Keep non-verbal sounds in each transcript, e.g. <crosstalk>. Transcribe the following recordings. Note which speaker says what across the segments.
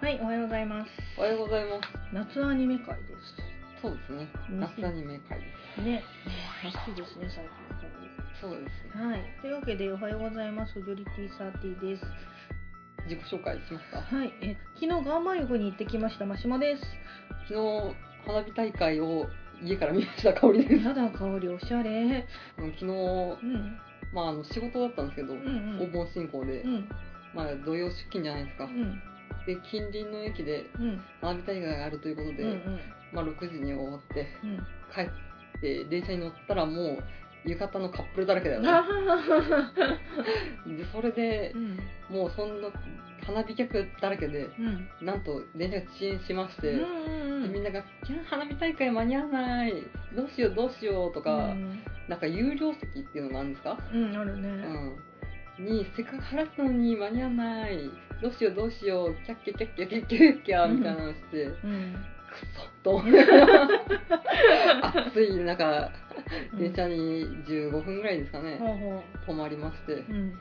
Speaker 1: はい、おはようございます。
Speaker 2: おはようございます。
Speaker 1: 夏アニメ会で
Speaker 2: そうですね。
Speaker 1: うん。
Speaker 2: 夏アニメ会です
Speaker 1: ね、暑いですね、最近。
Speaker 2: す。そうですね。
Speaker 1: はい、というわけで、おはようございます。フジョリティサーティです。
Speaker 2: 自己紹介しますか。
Speaker 1: はい、え、昨日ガンマ浴に行ってきました。マシマです。
Speaker 2: 昨日花火大会を家から見ました香りです。
Speaker 1: やだ、香りおしゃれ。
Speaker 2: あの昨日
Speaker 1: うん、
Speaker 2: まああの仕事だったんですけど、
Speaker 1: うん、う
Speaker 2: お
Speaker 1: ん、
Speaker 2: 盆進行で、
Speaker 1: うん、
Speaker 2: まあ土曜出勤じゃないですか
Speaker 1: う。ん、
Speaker 2: で近隣の駅で
Speaker 1: うん、
Speaker 2: 花火大会があるということで、
Speaker 1: うん、うん、
Speaker 2: まあ6時に終わって
Speaker 1: うん。
Speaker 2: 帰って電車に乗ったらもう浴衣のカップルだらけだよ
Speaker 1: あは
Speaker 2: ね。
Speaker 1: は
Speaker 2: でそれで
Speaker 1: うん、
Speaker 2: もうそんな花火客だらけで
Speaker 1: うん、
Speaker 2: なんと電車が遅延しまし
Speaker 1: う
Speaker 2: て。
Speaker 1: ん、うん、う
Speaker 2: で
Speaker 1: ん。
Speaker 2: みんなが「いや花火大会間に合わないどうしようどうしよう」とか、
Speaker 1: うん、
Speaker 2: なんか有料席っていうのがあるんですか、
Speaker 1: うん、あるね。
Speaker 2: うん、にせっかく払ったのに間に合わないどうしようどうしようキャッキャキャッキャキャッキャキャッキャみたいなのをして、く
Speaker 1: うん、
Speaker 2: そっと暑い中電車に15分ぐらいですかね、
Speaker 1: ほうほ
Speaker 2: 泊まりまして
Speaker 1: う。うん、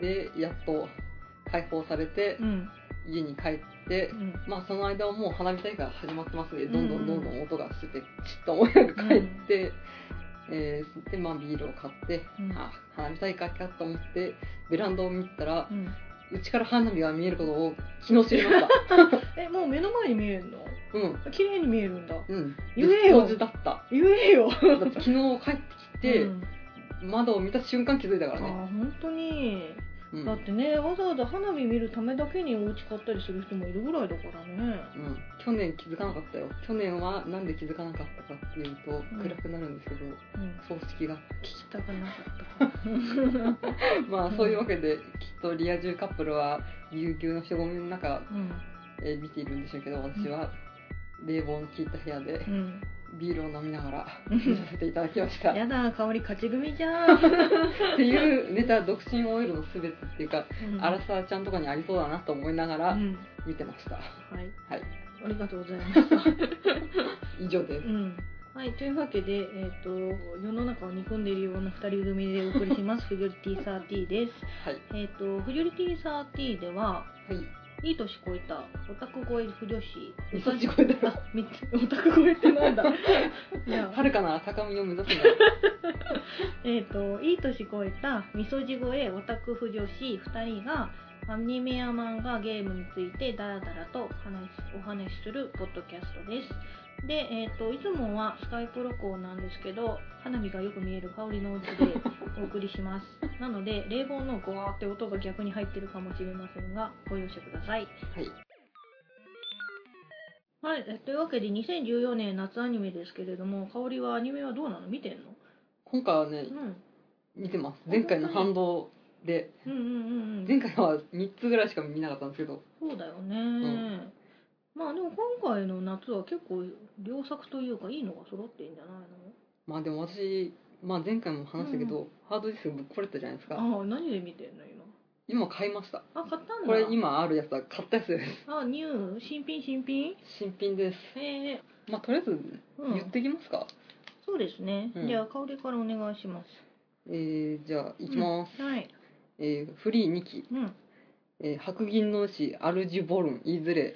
Speaker 2: でやっと解放されて
Speaker 1: う、ん、
Speaker 2: 家に帰って
Speaker 1: う、ん。
Speaker 2: まあその間はもう花火大会始まってますね
Speaker 1: うん
Speaker 2: どんどんどんどん音がしててチッと親が帰って、えーでまあビールを買って、
Speaker 1: うん
Speaker 2: あ花火大会かと思ってベランダを見たら
Speaker 1: うん
Speaker 2: うちから花火が見えることを昨日知りました
Speaker 1: え、もう目の前に見えるの <laughs>
Speaker 2: うん
Speaker 1: 綺麗に見えるんだ。
Speaker 2: うん
Speaker 1: 言えよ
Speaker 2: 同時だった
Speaker 1: 言えよ。
Speaker 2: だって昨日帰ってきて、
Speaker 1: うん
Speaker 2: 窓を見た瞬間気づいたか
Speaker 1: あー
Speaker 2: らね、
Speaker 1: 本当に、
Speaker 2: うん
Speaker 1: だってねわざわざ花火見るためだけにお家買ったりする人もいるぐらいだからね
Speaker 2: うん去年気づかなかったよ去年はなんで気づかなかったかっていうと、暗くなるんですけど
Speaker 1: うん
Speaker 2: 葬式が
Speaker 1: 聞きたくなかったから
Speaker 2: まあそういうわけで、きっとリア充カップルは悠々の人混みの中、
Speaker 1: <laughs> うん
Speaker 2: えー見ているんでしょうけど私は冷房の効いた部屋で
Speaker 1: うん
Speaker 2: ビールを飲みながら
Speaker 1: うん
Speaker 2: 見させていただきましたっ
Speaker 1: やだ香り勝ち組じゃん、 <laughs> う
Speaker 2: ていうネタ独身オイルのすべてっていうか、
Speaker 1: ん
Speaker 2: アラサーちゃんとかにありそうだなと思いなが
Speaker 1: う
Speaker 2: ら
Speaker 1: ん
Speaker 2: 見てました、
Speaker 1: はい
Speaker 2: はい
Speaker 1: ありがとうございます、
Speaker 2: 以上です、
Speaker 1: うんはい、というわけで、えー、と世の中を煮込んでいるような2人組でお送りします「フジョリティサーティーです。
Speaker 2: はい
Speaker 1: えー、とフジョリティサーティーでは
Speaker 2: はい
Speaker 1: いい年超えたオタク超え不女子
Speaker 2: 味噌汁超えた
Speaker 1: あ、三つ、オタク超えってなんだ。じゃあ
Speaker 2: はるかな高みを目指すんだ
Speaker 1: えっ、と、いい年超えた、みそじ超え、オタク婦女子二人が。アニメや漫画、ゲームについて、ダラダラと話しお話しするポッドキャストです。で、えっ、と、いつもはスカイプロコなんですけど、花火がよく見える香りのお家でお送りします。なので、冷房のゴワーって音が逆に入ってるかもしれませんが、ご容赦ください。
Speaker 2: はい
Speaker 1: はい、えというわけで2014年夏アニメですけれども、香りはアニメはどうなの見てんの
Speaker 2: 今回はね
Speaker 1: うん。
Speaker 2: 見てます前回の反動で
Speaker 1: うんうんうんうん。
Speaker 2: 前回は3つぐらいしか見なかったんですけど
Speaker 1: そうだよね、
Speaker 2: ん
Speaker 1: まあでも今回の夏は結構良作というかいいのが揃ってんじゃないの
Speaker 2: まあでも私、まあ、前回も話したけど、ハードディスクぶっ壊れたじゃないですか
Speaker 1: ああ何で見てんの今
Speaker 2: 今買いました
Speaker 1: あ買ったんだ
Speaker 2: これ今あるやつは買ったやつです
Speaker 1: あニュー新品新品
Speaker 2: 新品です
Speaker 1: へえ
Speaker 2: まあとりあえず
Speaker 1: うん
Speaker 2: 言ってきますか、
Speaker 1: そうですね、
Speaker 2: うん
Speaker 1: じゃあ香りからお願いします
Speaker 2: えー、じゃあいきます、
Speaker 1: うんはい
Speaker 2: えーフリー2期、
Speaker 1: うん
Speaker 2: えー白銀の牛アルジュボルンイズレ、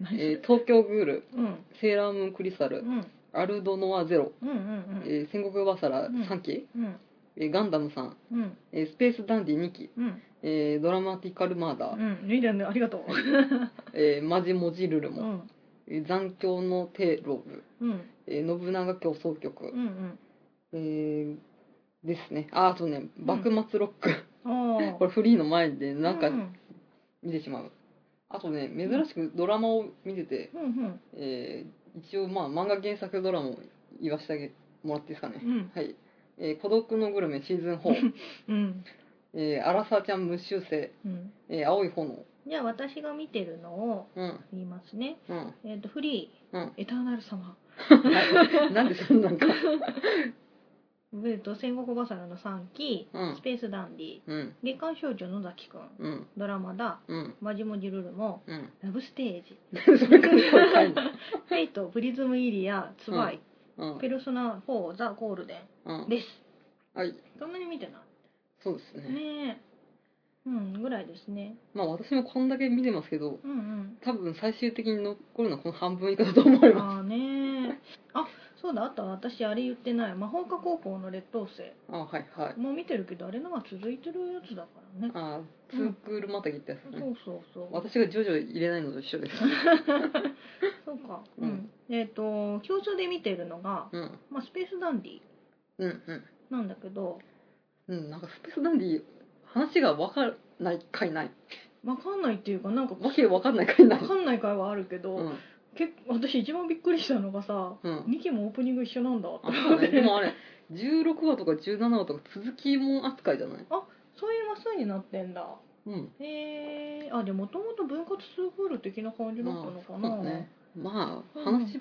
Speaker 1: 何
Speaker 2: えー東京グール
Speaker 1: うん
Speaker 2: セーラームーンクリスタ
Speaker 1: う
Speaker 2: ル
Speaker 1: ん
Speaker 2: アルドノアゼロ、
Speaker 1: うんうん
Speaker 2: えー戦国バサラ
Speaker 1: うん
Speaker 2: 3期、
Speaker 1: うんうん
Speaker 2: えーガンダムさん、
Speaker 1: うん
Speaker 2: えースペースダンディ2期、
Speaker 1: うん
Speaker 2: えードラマティカルマーダー、
Speaker 1: うんリーダーねありがとう
Speaker 2: えーマジモジルル
Speaker 1: う
Speaker 2: モ、
Speaker 1: ん
Speaker 2: えー残響のテロブ
Speaker 1: うん
Speaker 2: えー信長競争
Speaker 1: う、
Speaker 2: 曲
Speaker 1: ん
Speaker 2: えーですねああとね「幕末ロック」
Speaker 1: うんああ
Speaker 2: これフリーの前でなんか
Speaker 1: うん
Speaker 2: 見てしまう、あとね珍しくドラマを見てて、
Speaker 1: うんうん
Speaker 2: えー一応まあ漫画原作ドラマを言わせてあげもらっていいですかね、
Speaker 1: うん
Speaker 2: はい、えー孤独のグルメ」シーズン4
Speaker 1: <laughs> うん
Speaker 2: 「えー、アラサーちゃん無修正
Speaker 1: うん」
Speaker 2: えー青い炎」
Speaker 1: じゃあ私が見てるのを
Speaker 2: うん
Speaker 1: 言いますね
Speaker 2: うん
Speaker 1: えっ、と、フリ
Speaker 2: うん
Speaker 1: ー、エターナル様。
Speaker 2: はいなんでそん
Speaker 1: <laughs>
Speaker 2: なんか
Speaker 1: えっと、戦国バサラの3期、
Speaker 2: うん
Speaker 1: スペースダンディ、
Speaker 2: うん
Speaker 1: 月刊少女野崎くん、
Speaker 2: うん
Speaker 1: ドラマだ、
Speaker 2: うん
Speaker 1: マジモジルルも、
Speaker 2: うん <laughs>
Speaker 1: ラブステージ、
Speaker 2: それからこれかいの
Speaker 1: フェイト、プリズムイリア、ツバイ、
Speaker 2: うん
Speaker 1: ペルソナ4、ザ・ゴールデン、
Speaker 2: うん
Speaker 1: です
Speaker 2: はい
Speaker 1: そんなに見てな
Speaker 2: そうです
Speaker 1: い
Speaker 2: ね
Speaker 1: ねえうんぐらいですね
Speaker 2: まあ私もこんだけ見てますけど
Speaker 1: うんうん
Speaker 2: <laughs> 多分最終的に残るのはこの半分以下だと思います
Speaker 1: ああねえあそうだあと私あれ言ってない魔法科高校の劣等生
Speaker 2: あはいはい
Speaker 1: もう見てるけどあれのが続いてるやつだからね
Speaker 2: あーツークールまたぎってやつ
Speaker 1: そ
Speaker 2: ね
Speaker 1: うそうそう
Speaker 2: 私がジョジョ入れないのと一緒です
Speaker 1: そうかう
Speaker 2: うんん
Speaker 1: えっ、と共通で見てるのが、
Speaker 2: うん
Speaker 1: まあ、スペースダンディ
Speaker 2: うんうん
Speaker 1: なんだけど
Speaker 2: うんなんかスペースダンディ話が分からない回ない
Speaker 1: わかんないっていうかなんか
Speaker 2: わけ分かんない回な
Speaker 1: わ
Speaker 2: い
Speaker 1: かんない回はあるけど、
Speaker 2: うん
Speaker 1: 結構私一番びっくりしたのがさ
Speaker 2: うん
Speaker 1: 2期もオープニング一緒なんだって
Speaker 2: あそう
Speaker 1: 思っ
Speaker 2: ね
Speaker 1: て
Speaker 2: でもあれ16話とか17話とか続きもん扱いじゃない
Speaker 1: そういう話数になってんだ
Speaker 2: うん
Speaker 1: へえあでもともと分割ツークール的な感じだったのかな、
Speaker 2: まあそうねまあ
Speaker 1: うん
Speaker 2: 話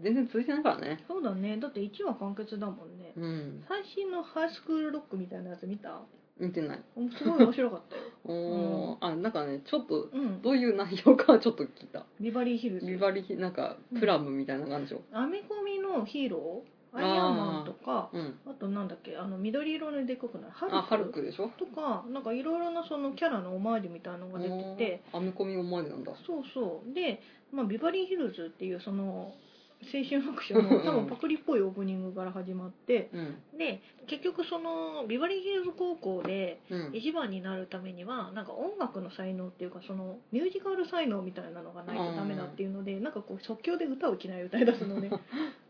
Speaker 2: 全然続いてないからね
Speaker 1: そうだねだって1話完結だもんね、
Speaker 2: うん
Speaker 1: 最新のハイスクールロックみたいなやつ見た
Speaker 2: 見てない
Speaker 1: おすごい面白かったよ
Speaker 2: おーあなんかねちょっと
Speaker 1: うん
Speaker 2: どういう内容かはちょっと聞いた
Speaker 1: ビバリーヒルズ
Speaker 2: ビバリなんかプラムみたいな感じを
Speaker 1: 編み込みのヒーローアイアンマンとか
Speaker 2: うん
Speaker 1: あとなんだっけあの緑色のでっかくないハルク
Speaker 2: あハルクでしょ
Speaker 1: とかなんかいろいろなそのキャラのオマージュみたいなのが出てて
Speaker 2: おー編み込みオマージュなんだ
Speaker 1: そうそうで、まあ、ビバリーヒルズっていうその青春白書の多分パクリっぽいオープニングから始まって
Speaker 2: うん
Speaker 1: で結局そのビバリーヒルズ高校で
Speaker 2: うん
Speaker 1: 一番になるためにはなんか音楽の才能っていうかそのミュージカル才能みたいなのがないとダメだっていうので、なんかこう即興で歌を着ない歌い出す
Speaker 2: <laughs>
Speaker 1: のね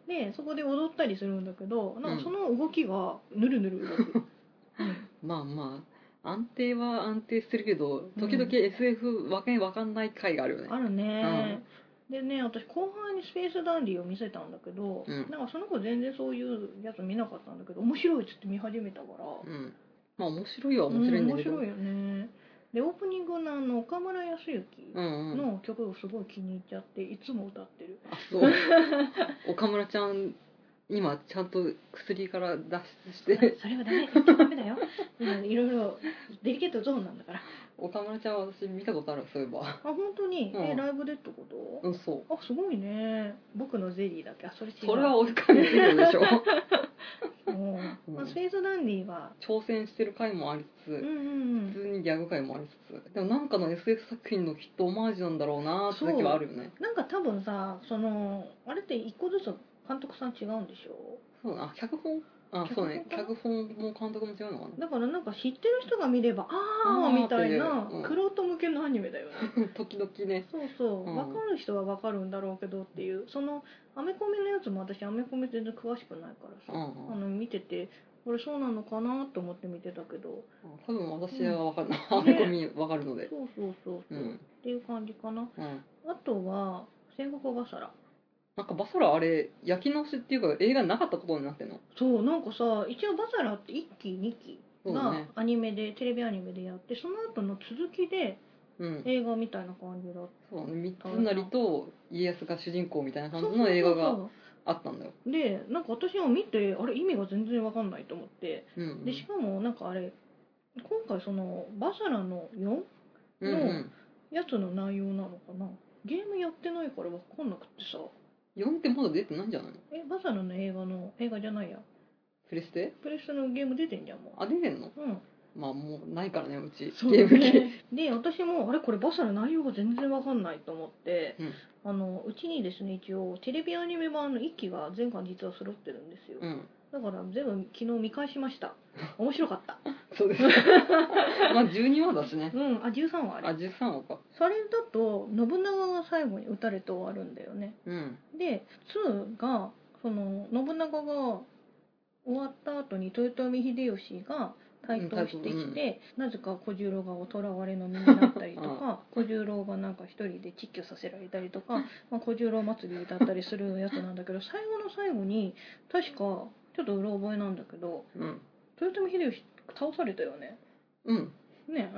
Speaker 1: でそこで踊ったりするんだけどなんかその動きがぬるぬる動
Speaker 2: <laughs>
Speaker 1: く、
Speaker 2: まあまあ安定は安定してるけど時々 SF わけわかんない回があるよね
Speaker 1: うんあるね、でね私後半にスペースダンディを見せたんだけど、
Speaker 2: うん
Speaker 1: なんかその子全然そういうやつ見なかったんだけど面白いっつって見始めたから、
Speaker 2: うんまあ面白いは面白いんだけど
Speaker 1: う面白いよねでオープニングのあの岡村康之、
Speaker 2: うんうん
Speaker 1: の曲をすごい気に入っちゃっていつも歌ってる
Speaker 2: あそう
Speaker 1: <laughs>
Speaker 2: 岡村ちゃん今ちゃんと薬から脱出
Speaker 1: <laughs>
Speaker 2: して
Speaker 1: それはダメそっちはダメだようんいろいろデリケートゾーンなんだからあ
Speaker 2: 岡村ちゃんは私見たことあるそうい
Speaker 1: <laughs>
Speaker 2: えば
Speaker 1: 本当に、
Speaker 2: うん
Speaker 1: えライブでってこと、
Speaker 2: うんそ
Speaker 1: あすごいね僕のゼリーだっけあそれ違
Speaker 2: う
Speaker 1: う
Speaker 2: それは追いかけてるで
Speaker 1: <laughs>
Speaker 2: しょ
Speaker 1: もう、まあ、スペースダンディは
Speaker 2: 挑戦してる回もありつ
Speaker 1: うんうん
Speaker 2: つ普
Speaker 1: うん
Speaker 2: 通にギャグ回もありつつでもなんかの SF 作品のきっとオマージュなんだろうなーってだけはあるよね
Speaker 1: なんか多分さそのあれって一個ずつ監督さん違うんでしょ
Speaker 2: そうあ脚本あ
Speaker 1: 脚本
Speaker 2: そうね
Speaker 1: かな
Speaker 2: 脚本も監督も違うのか
Speaker 1: だからなんか知ってる人が見ればあ
Speaker 2: あ
Speaker 1: あ
Speaker 2: ー
Speaker 1: みたいな
Speaker 2: っていううん
Speaker 1: クロート向けのアニメだよね
Speaker 2: な時々ね
Speaker 1: そうそう、
Speaker 2: うん
Speaker 1: 分かる人は分かるんだろうけどっていうそのアメコミのやつも私アメコミ全然詳しくないから
Speaker 2: う
Speaker 1: さ、
Speaker 2: ん
Speaker 1: あの見ててこれそうなのかなと思って見てたけど
Speaker 2: 多分私は分かるな、
Speaker 1: うん
Speaker 2: アメコミ分かるので
Speaker 1: そうそうそう
Speaker 2: う
Speaker 1: そう、っ
Speaker 2: ん、
Speaker 1: ていう感じかな
Speaker 2: うん、
Speaker 1: あとは戦国バサラ
Speaker 2: なんかバサラあれ焼き直しっていうか映画なかったことになってんの
Speaker 1: そうなんかさ一応バサラって1期2期
Speaker 2: そうだ
Speaker 1: が
Speaker 2: ね
Speaker 1: アニメで、テレビアニメでやってその後の続きで
Speaker 2: うん
Speaker 1: 映画みたいな感じだっ
Speaker 2: そう三つなりと家康が主人公みたいな感じの映画
Speaker 1: そうそう
Speaker 2: が
Speaker 1: そう
Speaker 2: あったんだよ
Speaker 1: そうでなんか私も見てあれ意味が全然わかんないと思って
Speaker 2: うんうん
Speaker 1: でしかもなんかあれ今回そのバサラの4
Speaker 2: うんうん
Speaker 1: やつの内容なのかなゲームやってないからわかんなくてさ
Speaker 2: 4ってまだ出てないんじゃないの
Speaker 1: えバサラの映画の映画じゃないや
Speaker 2: プレステ
Speaker 1: プレステのゲーム出てんじゃんも
Speaker 2: あ出てんの
Speaker 1: ううん
Speaker 2: まあもうないからねうち
Speaker 1: そう
Speaker 2: ゲ
Speaker 1: だ
Speaker 2: ーム機
Speaker 1: ね、で私もあれこれバサラ内容が全然わかんないと思って、
Speaker 2: うん
Speaker 1: あのうちにですね一応テレビアニメ版の1期が全巻実は揃ってるんですよ、
Speaker 2: うん
Speaker 1: だから全部昨日見返しま
Speaker 2: <laughs>
Speaker 1: した面白かった
Speaker 2: そうです <laughs> まあ12話だしね
Speaker 1: うんあ13話あれ
Speaker 2: あ13話か
Speaker 1: それだと信長が最後に撃たれて終わるんだよね
Speaker 2: うん
Speaker 1: で2がその信長が終わった後に豊臣秀吉が台頭してきて、なぜか小十郎がおとらわれの身になったりとか小十郎がなんか一人で窒居させられたりとか、まあ、小十郎祭り歌ったりするやつなんだけど最後の最後に確かちょっとうろ覚えなんだけど
Speaker 2: うん
Speaker 1: 豊臣秀吉倒されたよね
Speaker 2: うん
Speaker 1: ね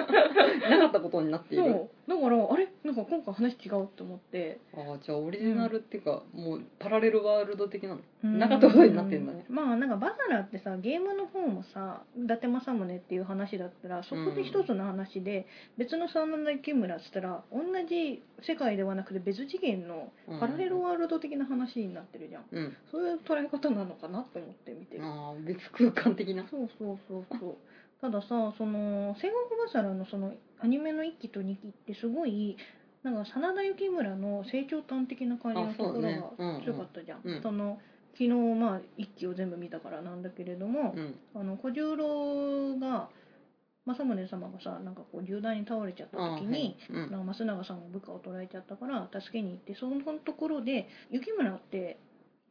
Speaker 2: なかったことになってい
Speaker 1: そ
Speaker 2: る
Speaker 1: うだからあれなんか今回話違うと思って、
Speaker 2: ああじゃあオリジナルっていうか、もうパラレルワールド的なの
Speaker 1: うん
Speaker 2: なかったことになってんだね
Speaker 1: まあなんかバザラってさゲームの方もさ伊達政宗っていう話だったらそこで一つの話で、別の沢村幸村っつったら同じ世界ではなくて別次元の
Speaker 2: うん
Speaker 1: パラレルワールド的な話になってるじゃん、
Speaker 2: うん
Speaker 1: そういう捉え方なのかなと思って見てる
Speaker 2: ああ別空間的な
Speaker 1: そうそうそうそうたださその戦国バサラのそのアニメの1期と2期ってすごいなんか真田幸村の成長端的な感じの
Speaker 2: あ
Speaker 1: とこ
Speaker 2: そ
Speaker 1: ろ
Speaker 2: うねうんう
Speaker 1: が
Speaker 2: ん
Speaker 1: 強かったじゃんそ,、
Speaker 2: うん
Speaker 1: の昨日まあ1期を全部見たからなんだけれども
Speaker 2: う、ん
Speaker 1: あの小十郎が政宗様がさなんかこう重大に倒れちゃった
Speaker 2: ああ
Speaker 1: 時に、
Speaker 2: はいう
Speaker 1: なんか増永さんが部下を捕らえちゃったから助けに行ってそのところで幸村って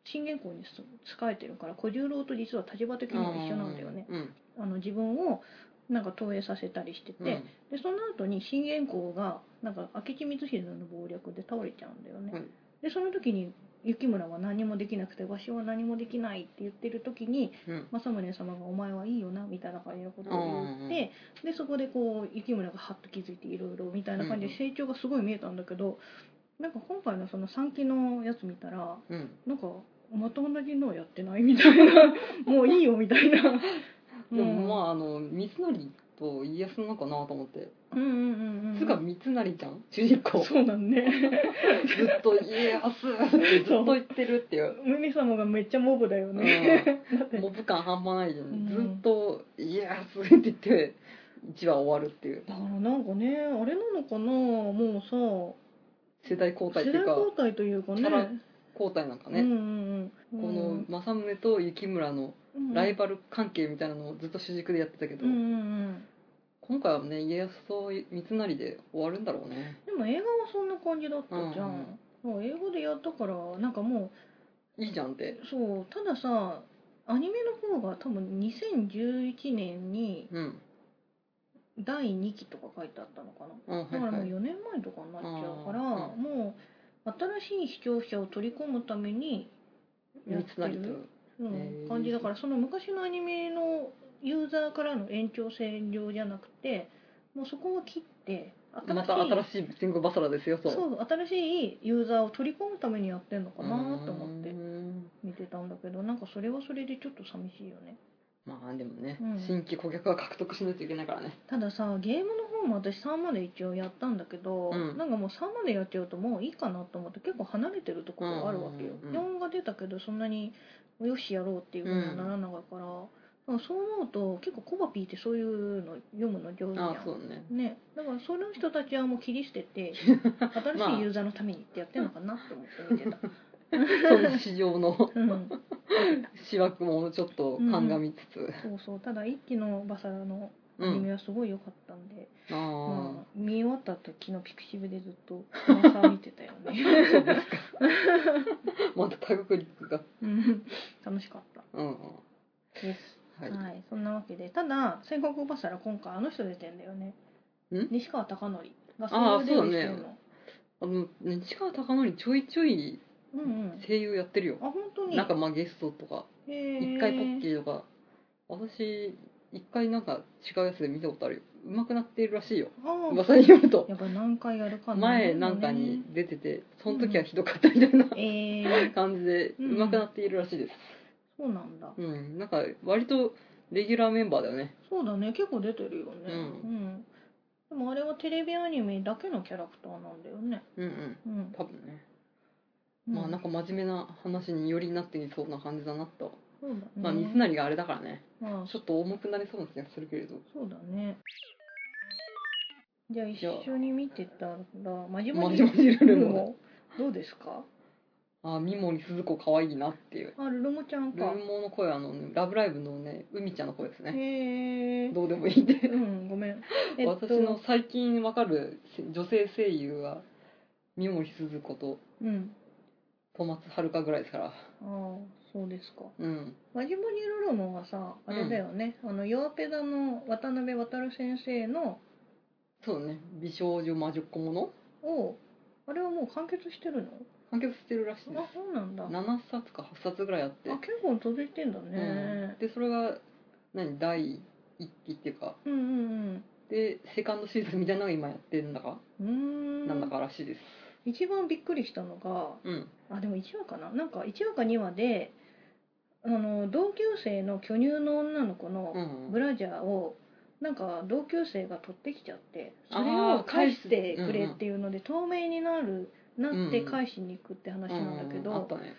Speaker 1: 信玄公にす仕えてるから小十郎と実は立場的に
Speaker 2: ん、
Speaker 1: は一緒なんだよね
Speaker 2: うん
Speaker 1: あの自分をなんか投影させたりしてて、
Speaker 2: うん
Speaker 1: でその後に信玄公がなんか明智光秀の謀略で倒れちゃうんだよね、
Speaker 2: はい
Speaker 1: でその時に幸村は何もできなくてわしは何もできないって言ってる時に
Speaker 2: うん
Speaker 1: 政宗様が「お前はいいよな」みたいな感じのことを言って、でそこでこう幸村がハッと気づいていろいろみたいな感じで
Speaker 2: うん
Speaker 1: 成長がすごい見えたんだけど、なんか今回のその3期のやつ見たら
Speaker 2: うん
Speaker 1: なんかまた同じのやってないみたい
Speaker 2: <laughs>
Speaker 1: なもういいよみたいな。
Speaker 2: でもまああの三成と家康なのかなと思って
Speaker 1: うんうんうんうん
Speaker 2: つうか三成じゃん主人公ず
Speaker 1: そうなんね
Speaker 2: っと家康ってずっと言ってるっていう
Speaker 1: ムニ様がめっちゃモブだよね、だ
Speaker 2: <laughs>
Speaker 1: って
Speaker 2: モブ感半端ないじゃん、
Speaker 1: うん
Speaker 2: ずっと「家康って言って一話終わるっていう
Speaker 1: だからなんかねあれなのかなもう
Speaker 2: 世代交
Speaker 1: さ
Speaker 2: 代って
Speaker 1: 世代
Speaker 2: いうか
Speaker 1: 交代というかね
Speaker 2: キャラ交代なんか
Speaker 1: う
Speaker 2: ね、
Speaker 1: んうんうん、
Speaker 2: この政宗と幸村の
Speaker 1: うん
Speaker 2: ライバル関係みたいなのをずっと主軸でやってたけど、
Speaker 1: うんうんうん
Speaker 2: 今回はね家康と三成で終わるんだろうね
Speaker 1: でも映画はそんな感じだったじゃ
Speaker 2: うん
Speaker 1: ん、もう英語でやったからなんかも
Speaker 2: いいじゃんって
Speaker 1: うそうたださアニメの方が多分2011年に
Speaker 2: うん
Speaker 1: 第2期とか書いてあったのかな
Speaker 2: うんは
Speaker 1: だ
Speaker 2: い
Speaker 1: からもう
Speaker 2: はい
Speaker 1: 4年前とかになっちゃうから、
Speaker 2: あー
Speaker 1: もう新しい視聴者を取り込むためにやっ
Speaker 2: 三
Speaker 1: てる
Speaker 2: 成と
Speaker 1: うん
Speaker 2: へー
Speaker 1: 感じだからその昔のアニメのユーザーからの延長線上じゃなくてもうそこを切って
Speaker 2: また新しい戦後バサラですよ
Speaker 1: そ
Speaker 2: そうう
Speaker 1: 新しいユーザーを取り込むためにやってんのか
Speaker 2: か
Speaker 1: なと思って見てたんだけどなんかそれはそれでちょっと寂しいよね
Speaker 2: まあでもね、
Speaker 1: うん
Speaker 2: 新規顧客は獲得しないといけないからね
Speaker 1: たださゲームの方も私3まで一応やったんだけど、
Speaker 2: うん
Speaker 1: なんかもう3までやっちゃうともういいかなと思って結構離れてるところがあるわけよ、
Speaker 2: うんうんうん
Speaker 1: 4が出たけどそんなによしやろうっていうふうにはならなかったから、でもそう思うと結構コバピーってそういうの読むの上手じゃん
Speaker 2: ああそうね
Speaker 1: ね、だからその人たちはもう切り捨て
Speaker 2: <laughs>
Speaker 1: て
Speaker 2: ま
Speaker 1: 新し
Speaker 2: あ
Speaker 1: いユーザーのためにってやってるのかなって思って見て
Speaker 2: <laughs>
Speaker 1: た、
Speaker 2: その市場の
Speaker 1: うん、
Speaker 2: 思惑もちょっと鑑みつつ
Speaker 1: そうそうただ一期のバサラのア
Speaker 2: う
Speaker 1: ニ
Speaker 2: ん、
Speaker 1: メはすごい良かったんで、
Speaker 2: ああ、
Speaker 1: まあ、見終わった時のピクシブでずっと
Speaker 2: <laughs>
Speaker 1: マサ見てたよね
Speaker 2: そうですかまたタグクリックが
Speaker 1: うん楽しかっ
Speaker 2: うんうん
Speaker 1: たです
Speaker 2: は、
Speaker 1: はいい、そんなわけでただ戦国バサラ今回あの人出てんだよね
Speaker 2: ん
Speaker 1: 西川貴教が
Speaker 2: あー
Speaker 1: 声優デビューしてる
Speaker 2: そう
Speaker 1: の,、
Speaker 2: あの西川貴教ちょいちょいう
Speaker 1: んうん
Speaker 2: 声優やってるよ
Speaker 1: あ、本当に
Speaker 2: なんかまあゲストとか一回ポッキ
Speaker 1: ー
Speaker 2: ーとか私一回なんか違うやつで見たことあるよ上手くなってるらしいよ
Speaker 1: あー
Speaker 2: 噂によると
Speaker 1: やっぱ何回やるか
Speaker 2: 前なんかに出ててその時はひどかったみたいな
Speaker 1: えー、
Speaker 2: 感じで
Speaker 1: うん
Speaker 2: 上手くなっているらしいです
Speaker 1: そうなんだ
Speaker 2: うん、なんか割とレギュラーメンバーだよね
Speaker 1: そうだね結構出てるよね
Speaker 2: う
Speaker 1: うん、でもあれはテレビアニメだけのキャラクターなんだよね
Speaker 2: うんうん
Speaker 1: うん
Speaker 2: 多分ね、まあなんか真面目な話によりなっていそうな感じだなと
Speaker 1: そうだね
Speaker 2: まあ三成があれだからね
Speaker 1: まあ
Speaker 2: ちょっと重くなりそうな気がするけれど
Speaker 1: そうだねじゃあ一緒に見てたら「まじま
Speaker 2: ま
Speaker 1: じ
Speaker 2: じまじル
Speaker 1: ル
Speaker 2: ル
Speaker 1: ル
Speaker 2: も
Speaker 1: モ」どうですか
Speaker 2: あ三森鈴子可愛いなっていう
Speaker 1: あルルモちゃん
Speaker 2: ルル
Speaker 1: か
Speaker 2: モの声はあの、ね、ラブライブのね海ちゃんの声ですね
Speaker 1: へえ
Speaker 2: どうでもいいんで
Speaker 1: うんごめんえっと
Speaker 2: 私の最近わかる女性声優は三森鈴子と
Speaker 1: うん
Speaker 2: 戸松遥ぐらいですから
Speaker 1: ああそうですか
Speaker 2: うん
Speaker 1: マジモニロロモンはさあれだよね、あの弱ペダの渡辺渉先生の
Speaker 2: そうね美少女魔女っ子もの
Speaker 1: をあれはもう完結してるの
Speaker 2: 完結してるらしいで
Speaker 1: あそうなんだ
Speaker 2: す
Speaker 1: あ
Speaker 2: 7冊か8冊ぐらいあって
Speaker 1: 結構続いてんだ
Speaker 2: うん
Speaker 1: ね、
Speaker 2: でそれが何第1期っていうか
Speaker 1: うん、うんうん
Speaker 2: でセカンドシーズンみたいなのが今やってるんだか、
Speaker 1: うーん
Speaker 2: なんだからしいです
Speaker 1: 一番びっくりしたのが
Speaker 2: うん
Speaker 1: あでも1話かななんか1話か2話であの同級生の巨乳の女の子
Speaker 2: う
Speaker 1: の
Speaker 2: ん
Speaker 1: ブラジャーをなんか同級生が取ってきちゃってそれ
Speaker 2: あ
Speaker 1: を
Speaker 2: ー
Speaker 1: 返してく
Speaker 2: 返
Speaker 1: れ
Speaker 2: す
Speaker 1: っていうので透明になるなって返しに行くって話なんだけ
Speaker 2: うんうんあっ
Speaker 1: ど
Speaker 2: たね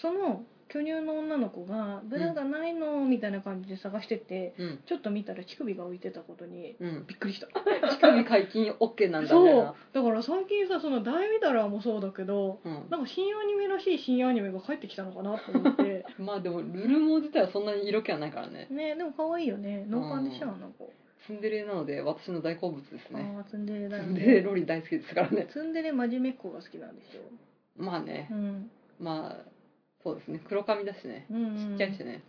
Speaker 1: その巨乳の女の子が「ブラがないの」みたいな感じで探してて
Speaker 2: うん
Speaker 1: ちょっと見たら乳首が浮いてたことに
Speaker 2: うん
Speaker 1: びっくりした
Speaker 2: 乳首解禁 OK なんだ
Speaker 1: そ
Speaker 2: みたいうな
Speaker 1: だから最近さその「大見たら」もそうだけど
Speaker 2: うん
Speaker 1: なんか新アニメらしい新アニメが帰ってきたのかなと思って
Speaker 2: <laughs> まあでもルルモ自体はそんなに色気はないからね
Speaker 1: ねでも可愛いよねノーパンでしょ
Speaker 2: うん
Speaker 1: あの子
Speaker 2: ツンデレなので私の大好物です
Speaker 1: ああ
Speaker 2: ね
Speaker 1: ーツンデレだ
Speaker 2: ツ
Speaker 1: よ
Speaker 2: ンデレ
Speaker 1: ね
Speaker 2: ロリ大好きですからね
Speaker 1: ツンデレ真面目っ子が好きなんでしょ
Speaker 2: まあね
Speaker 1: うん
Speaker 2: まあそうですね黒髪だしね
Speaker 1: うんうん
Speaker 2: ちっちゃいしね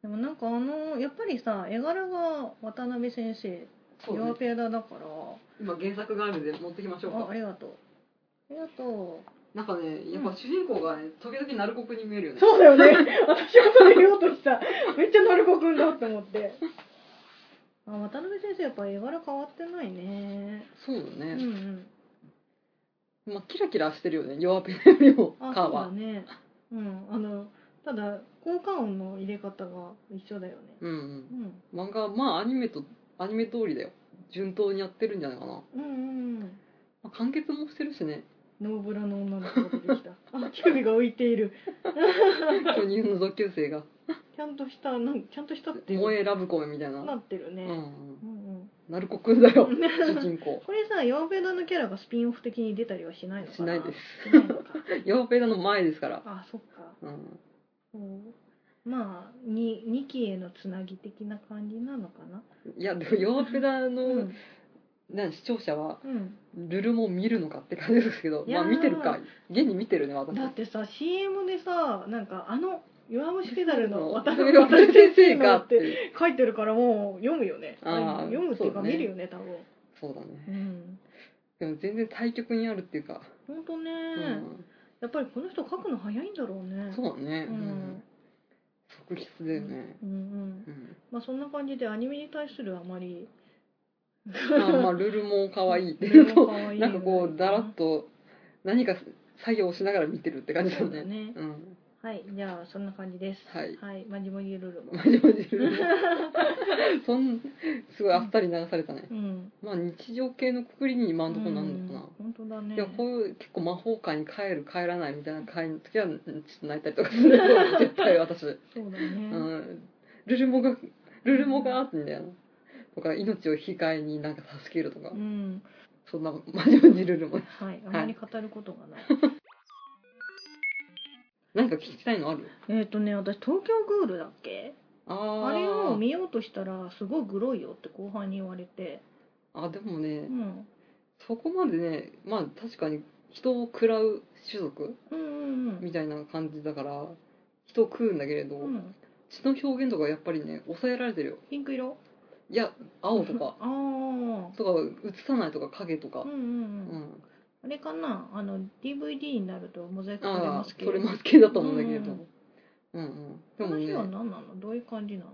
Speaker 1: でもなんかあのやっぱりさ絵柄が渡辺先生
Speaker 2: ね
Speaker 1: ヨアペダだから
Speaker 2: 今原作があるんで持ってきましょう
Speaker 1: ああ
Speaker 2: か
Speaker 1: りがとうありがとう
Speaker 2: なんかねやっぱ主人公がね時々鳴子に見えるよね
Speaker 1: そうだよね私もそれ言おうとしためっちゃ鳴子くんだって思ってあ渡辺先生やっぱ絵柄変わってないね
Speaker 2: そうだ
Speaker 1: う
Speaker 2: ね
Speaker 1: んうん
Speaker 2: まあキラキラしてるよね弱ペンよりも
Speaker 1: あ
Speaker 2: 顔
Speaker 1: そうだ
Speaker 2: は
Speaker 1: ねうんあのただ効果音の入れ方が一緒だよね
Speaker 2: うん
Speaker 1: うん
Speaker 2: うん漫画はまあアニメとアニメ通りだよ順当にやってるんじゃないかな、ま
Speaker 1: うんうんうん
Speaker 2: あ、完結もしてるし
Speaker 1: <laughs>
Speaker 2: ね
Speaker 1: ノーブラの女の子が出てきた <laughs> あ乳首が浮いている
Speaker 2: 巨乳の同級生が
Speaker 1: ちゃんとしたなんちゃんとしたっ
Speaker 2: 「
Speaker 1: ていう
Speaker 2: 萌えラブコメ」みたいな
Speaker 1: なってる
Speaker 2: う
Speaker 1: ね、
Speaker 2: んうん
Speaker 1: うん <laughs> うん
Speaker 2: 鳴子くん
Speaker 1: <laughs>
Speaker 2: だよ主人公
Speaker 1: これさヨアフェダのキャラがスピンオフ的に出たりはしないのかな
Speaker 2: しないです
Speaker 1: しないのか
Speaker 2: 弱ペンの前ですから
Speaker 1: あそっか
Speaker 2: うん
Speaker 1: そうまあに2期へのつなぎ的な感じなのかない
Speaker 2: やでも弱ペダの、
Speaker 1: うん、
Speaker 2: な視聴者は
Speaker 1: うん
Speaker 2: ルルモ見るのかって感じですけど
Speaker 1: いや
Speaker 2: ま
Speaker 1: ー
Speaker 2: あ見てるか現に見てるね私
Speaker 1: だってさ CM でさなんかあの「弱虫ペダル」の渡
Speaker 2: <laughs> 渡辺
Speaker 1: 辺渡辺
Speaker 2: 先
Speaker 1: 先
Speaker 2: 生
Speaker 1: 生
Speaker 2: が
Speaker 1: が
Speaker 2: っ
Speaker 1: ってて書いてるからもう読むよね
Speaker 2: あー
Speaker 1: 読むっていう
Speaker 2: そ
Speaker 1: か
Speaker 2: うだね
Speaker 1: 見るよね多分
Speaker 2: そうだ
Speaker 1: う
Speaker 2: ね
Speaker 1: ん
Speaker 2: でも全然対極にあるっていうか、
Speaker 1: 本当ね、
Speaker 2: うん
Speaker 1: やっぱりこの人書くの早いんだろうね
Speaker 2: そうだね、
Speaker 1: う
Speaker 2: うんん、即決だよね、
Speaker 1: うんうん
Speaker 2: うん
Speaker 1: まあそんな感じでアニメに対するあまり
Speaker 2: まあまあルルモ可愛いっていう
Speaker 1: それも
Speaker 2: と
Speaker 1: 可愛いよ
Speaker 2: <laughs> なん
Speaker 1: ね
Speaker 2: かこうだらっと何か作業をしながら見てるって感じだ
Speaker 1: そうだ
Speaker 2: ね
Speaker 1: ね
Speaker 2: うん
Speaker 1: はいじゃあそんな感じです
Speaker 2: はい
Speaker 1: はい、マジモニルルも
Speaker 2: マジマジルルモそんすごいあっさり流されたね、
Speaker 1: うん
Speaker 2: まあ日常系のくくりに今んとこなんのかな、
Speaker 1: うん本当だね
Speaker 2: でもこういう結構魔法界に帰る帰らないみたいな会の時はうんちょっと泣いたりとかする絶対私、う
Speaker 1: そうだね、
Speaker 2: ん、ルルモがルルモがってんだよとか命を引き換えになんか助けるとか、
Speaker 1: うん
Speaker 2: そんな <laughs> マジマジルルモ
Speaker 1: はいあまり語ることがない、
Speaker 2: なんか聞きたいのある
Speaker 1: えっとね私東京グールだっけ
Speaker 2: あ
Speaker 1: あ
Speaker 2: ー
Speaker 1: れを見ようとしたらすごいグロいよって後半に言われて
Speaker 2: あでもね、
Speaker 1: うん
Speaker 2: そこまでねまあ確かに人を食らう種族
Speaker 1: うんうんうん
Speaker 2: みたいな感じだから人を食うんだけれど、
Speaker 1: うん
Speaker 2: 血の表現とかやっぱりね抑えられてるよ
Speaker 1: ピンク色
Speaker 2: いや青とか
Speaker 1: ああー
Speaker 2: とか映さないとか影とか
Speaker 1: うんうんうん
Speaker 2: うん
Speaker 1: あれかなあの DVD になるとモザイク取れ
Speaker 2: あ
Speaker 1: ま
Speaker 2: あ
Speaker 1: すけ
Speaker 2: 取
Speaker 1: ど
Speaker 2: れますけどだと思うんだけれ
Speaker 1: う
Speaker 2: ど
Speaker 1: ん
Speaker 2: うんうんで
Speaker 1: こ
Speaker 2: も
Speaker 1: の日は
Speaker 2: ね、
Speaker 1: 何なのどういう感じなの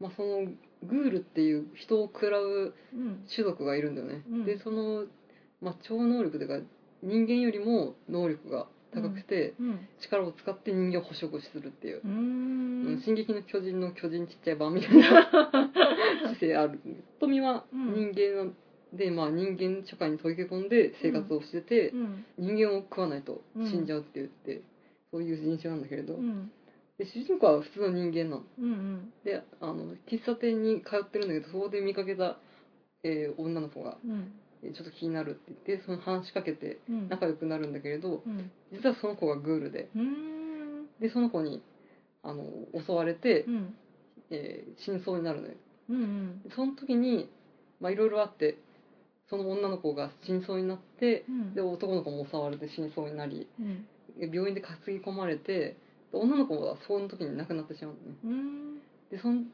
Speaker 2: まあ、そのグールっていう人を食らう
Speaker 1: うん
Speaker 2: 種族がいるんだよね、
Speaker 1: うん
Speaker 2: でその、まあ、超能力というか人間よりも能力が高くて、
Speaker 1: うん
Speaker 2: 力を使って人間を捕食するっていう
Speaker 1: うー
Speaker 2: 「うん
Speaker 1: ん
Speaker 2: 進撃の巨人」の巨人ちっちゃい版
Speaker 1: <laughs>
Speaker 2: みたいな姿勢ある富は人間なで、まあ、人間社会に溶け込んで生活をしてて、
Speaker 1: うん
Speaker 2: 人間を食わないと死んじゃうって言って、そういう人種なんだけれど、
Speaker 1: うん
Speaker 2: で主人公は普通の人間なの
Speaker 1: うんうん
Speaker 2: であの喫茶店に通ってるんだけどそこで見かけた、えー女の子が
Speaker 1: うん
Speaker 2: 「えーちょっと気になる」って言ってその話しかけて
Speaker 1: うん
Speaker 2: 仲良くなるんだけれど
Speaker 1: うん
Speaker 2: 実はその子がグールで
Speaker 1: うーん
Speaker 2: でその子にあの襲われて
Speaker 1: う、ん
Speaker 2: えー真相になるのよ
Speaker 1: うんうん
Speaker 2: でその時にまあいろいろあってその女の子が真相になって
Speaker 1: うん
Speaker 2: で男の子も襲われて真相になり
Speaker 1: うん
Speaker 2: で病院で担ぎ込まれてで女の子はその時に亡くなってしまうのね
Speaker 1: うーん
Speaker 2: でそん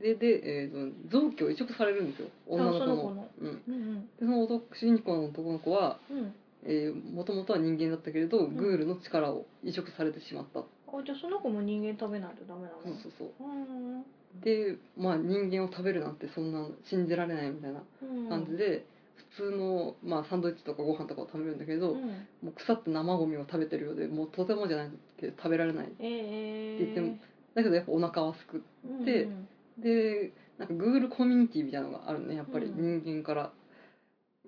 Speaker 2: でで、えーと臓器を移植されるんですよ女の子
Speaker 1: そ
Speaker 2: の
Speaker 1: の子の
Speaker 2: うん、で
Speaker 1: うん
Speaker 2: その男主人公の男の子は
Speaker 1: うん
Speaker 2: もともとは人間だったけれど、グールの力を移植されてしまった、
Speaker 1: あじゃあその子も人間食べないとダメなの
Speaker 2: そうそうそう
Speaker 1: うん
Speaker 2: で、まあ、人間を食べるなんてそんなの信じられないみたいな感じで、普通の、まあ、サンドイッチとかご飯とかを食べるんだけど、
Speaker 1: うんうん
Speaker 2: もう腐った生ゴミを食べてるようでもうとてもじゃないけど食べられない
Speaker 1: え
Speaker 2: って言ってもだけどやっぱお腹はすくって
Speaker 1: うん
Speaker 2: でなんか Google コミュニティみたいなのがあるねやっぱり
Speaker 1: う
Speaker 2: 人間から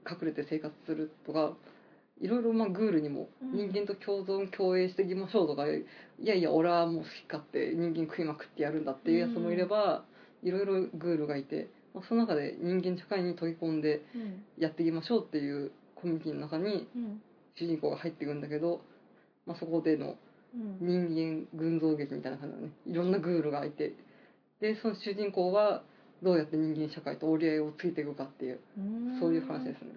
Speaker 2: 隠れて生活するとかいろいろまあ Google にも
Speaker 1: うん
Speaker 2: 人間と共存共栄していきましょうとか、いやいや俺はもう好き勝手人間食いまくってやるんだっていうやつもいれば、いろいろ Google がいて、まあ、その中で人間社会に溶け込んで
Speaker 1: うん
Speaker 2: やっていきましょうっていうコミュニティの中に
Speaker 1: うん
Speaker 2: 主人公が入っていくんだけど、まあ、そこでの
Speaker 1: うん
Speaker 2: 人間群像劇みたいな感じだねいろんなグールがいてでその主人公はどうやって人間社会と折り合いをついていくかっていう
Speaker 1: うん
Speaker 2: そういう話ですね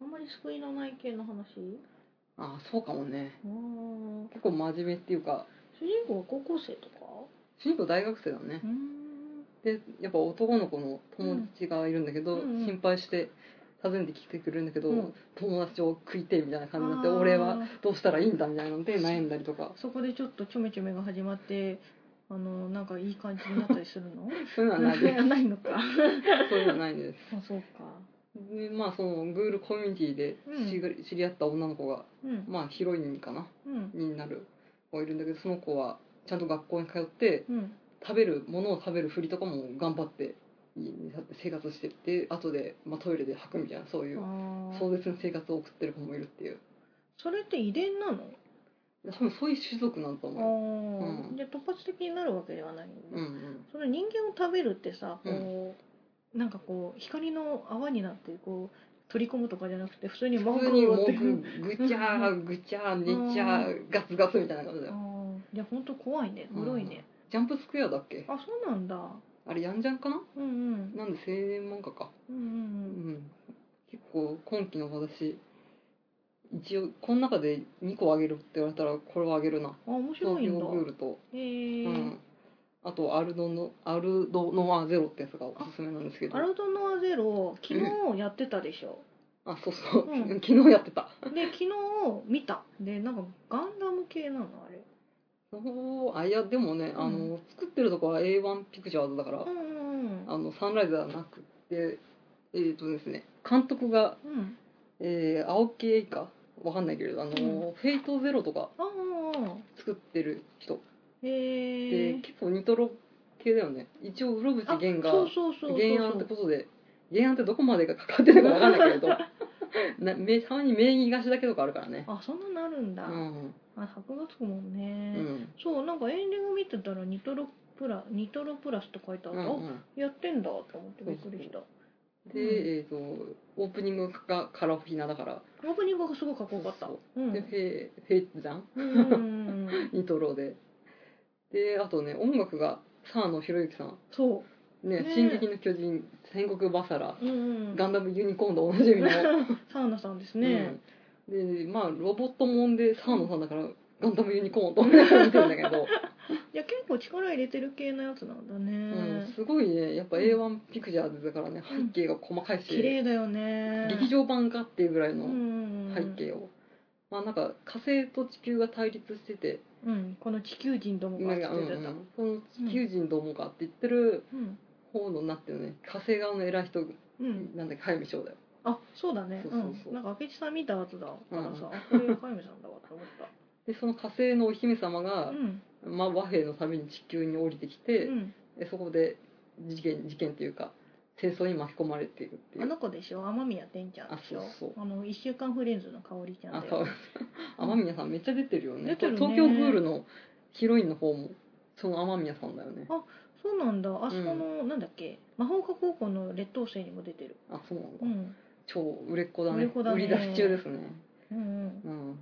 Speaker 1: あんまり救いのない系の話
Speaker 2: ああそうかもね
Speaker 1: うん
Speaker 2: 結構真面目っていうか
Speaker 1: 主人公は高校生とか
Speaker 2: 主人公大学生だね
Speaker 1: うん
Speaker 2: でやっぱ男の子の友達がいるんだけど、
Speaker 1: うんうん
Speaker 2: 心配して訪ねてきてくれるんだけど、
Speaker 1: うん
Speaker 2: 友達を食いてえみたいな感じになって
Speaker 1: あー
Speaker 2: 俺はどうしたらいいんだみたいなので悩んだりとか
Speaker 1: そこでちょっとちょめちょめが始まってあのなんかいい感じになったりするの
Speaker 2: そういう
Speaker 1: <laughs>
Speaker 2: のはないです
Speaker 1: ないのか
Speaker 2: そういうのはないです
Speaker 1: あそうか
Speaker 2: でまあそのグールコミュニティで知り知り合った女の子が
Speaker 1: うん
Speaker 2: まあヒロインかな
Speaker 1: うん
Speaker 2: になる子がいるんだけどその子はちゃんと学校に通って
Speaker 1: うん
Speaker 2: 食べるものを食べるふりとかも頑張って生活してって後で、まあ、トイレで吐くみたいなそういう
Speaker 1: あー
Speaker 2: 壮絶な生活を送ってる子もいるっていう
Speaker 1: それって遺伝なの
Speaker 2: 多分そういう種族なんだと
Speaker 1: あ
Speaker 2: 思
Speaker 1: ー、
Speaker 2: うん
Speaker 1: じゃあ突発的になるわけではないんだ
Speaker 2: う、うんうん、
Speaker 1: その人間を食べるってさこう、なんかこう光の泡になってこう取り込むとかじゃなくて普通に
Speaker 2: 普
Speaker 1: 文
Speaker 2: 通に
Speaker 1: 句を
Speaker 2: 文
Speaker 1: って
Speaker 2: 句ぐちゃーぐちゃーねちゃーガツガツみたいな感じだ
Speaker 1: <laughs> あ
Speaker 2: よ
Speaker 1: ーいや本当怖いねグロいね、
Speaker 2: ジャンプスクエアだっけ
Speaker 1: あそうなんだ
Speaker 2: あれヤンジャンかな
Speaker 1: うんうん
Speaker 2: なんで青年漫画か
Speaker 1: うんうん
Speaker 2: う
Speaker 1: うん
Speaker 2: ん結構今期の私一応この中で2個あげるって言われたらこれはあげるな
Speaker 1: あ面白
Speaker 2: 東
Speaker 1: い
Speaker 2: 京
Speaker 1: んだ
Speaker 2: グールと、
Speaker 1: へ
Speaker 2: う
Speaker 1: ー
Speaker 2: ん、あとアルドのアルドノアゼロってやつがおすすめなんですけど
Speaker 1: アルドノアゼロ昨日やってたでしょ、
Speaker 2: あそうそう、
Speaker 1: うん
Speaker 2: 昨日やってた
Speaker 1: <laughs> で昨日見たでなんかガンダム系なのあれ
Speaker 2: そうあいやでもね、あの作ってるとこは A1 ピクチャーズだから、
Speaker 1: うんうんうん
Speaker 2: あのサンライズではなくてえっ、とですね監督が、
Speaker 1: うん
Speaker 2: えー、青木栄かわかんないけれどあの、
Speaker 1: う
Speaker 2: フェイトゼロとか
Speaker 1: ああ
Speaker 2: 作ってる人
Speaker 1: へ
Speaker 2: で
Speaker 1: え
Speaker 2: 結構ニトロ系だよね一応室
Speaker 1: あ
Speaker 2: 伏源が
Speaker 1: そうそうそうそうそう
Speaker 2: 原案ってことで原案ってどこまでがかかってるのかわかんな
Speaker 1: <laughs>
Speaker 2: いけれどなめたまに名義貸しだけとかあるからね
Speaker 1: あそんななるんだ、
Speaker 2: うん
Speaker 1: あ博物くもん
Speaker 2: う
Speaker 1: ね、
Speaker 2: ん
Speaker 1: そうなんかエンディング見てたらニトロプラニトロプラスって書いてあっ
Speaker 2: う
Speaker 1: た、
Speaker 2: んうん
Speaker 1: あやってんだと思ってびっくりした
Speaker 2: でえっとオープニングがカラフィナだから
Speaker 1: オープニングがすごいかっこよかった
Speaker 2: そ
Speaker 1: う
Speaker 2: う
Speaker 1: ん
Speaker 2: でフェイフェイトじゃん
Speaker 1: うんうんうん
Speaker 2: <laughs>
Speaker 1: うん
Speaker 2: ニトロでであとね音楽が澤野博之さん
Speaker 1: そ
Speaker 2: ね
Speaker 1: ね
Speaker 2: 「進撃の巨人」「戦国バサラ」
Speaker 1: ううんうん
Speaker 2: ガンダムユニコーン」でおなじみの
Speaker 1: サウナさんですね、
Speaker 2: うんでまあロボットもんでサーノさんだからガンダムユニコーンと思いながら見てるんだけど、
Speaker 1: いや結構力入れてる系のやつなんだ
Speaker 2: う
Speaker 1: ね
Speaker 2: ん、、すごいねやっぱ A1 ピクチャーズだからね
Speaker 1: うん
Speaker 2: 背景が細かい
Speaker 1: 綺
Speaker 2: し、
Speaker 1: 麗だよね
Speaker 2: 劇場版かっていうぐらいの
Speaker 1: の
Speaker 2: 背景を、まあなんか火星と地球が対立してて
Speaker 1: うんこの地球人どもが映
Speaker 2: 今
Speaker 1: って
Speaker 2: が、
Speaker 1: た、
Speaker 2: うんうんその地球人どうもかって言ってる
Speaker 1: うん
Speaker 2: 方のなってるね火星側の偉い人
Speaker 1: うん
Speaker 2: なんだっけ早見翔だよ
Speaker 1: あそうだね
Speaker 2: そうそうそう
Speaker 1: うん、なんか明智さん見た後だからさ、
Speaker 2: う
Speaker 1: あこれかゆみさんだわと思っ
Speaker 2: でその火星のお姫様
Speaker 1: た
Speaker 2: が、
Speaker 1: うん
Speaker 2: <laughs> まあ、和平のために地球に降りてきて、
Speaker 1: うん
Speaker 2: でそこで事件事件というか戦争に巻き込まれていくってい
Speaker 1: あ
Speaker 2: う
Speaker 1: の子でしょ天宮天ちゃんでしょ
Speaker 2: あそうそ
Speaker 1: あの一週間フレンズの香りちゃんだ
Speaker 2: あ
Speaker 1: よ
Speaker 2: そう <laughs> 雨宮さんめっちゃ出てるよね
Speaker 1: 出てるね
Speaker 2: 東京グールのヒロインの方もその雨宮さんだよね
Speaker 1: そうなんだあそこの、なんだっけ魔法科高校の劣等生にも出てる
Speaker 2: あそうなんだ、
Speaker 1: うん
Speaker 2: 超売れっ子だ
Speaker 1: 売
Speaker 2: ね
Speaker 1: れっ子だね
Speaker 2: 売り出し中ですね
Speaker 1: うんうん
Speaker 2: うん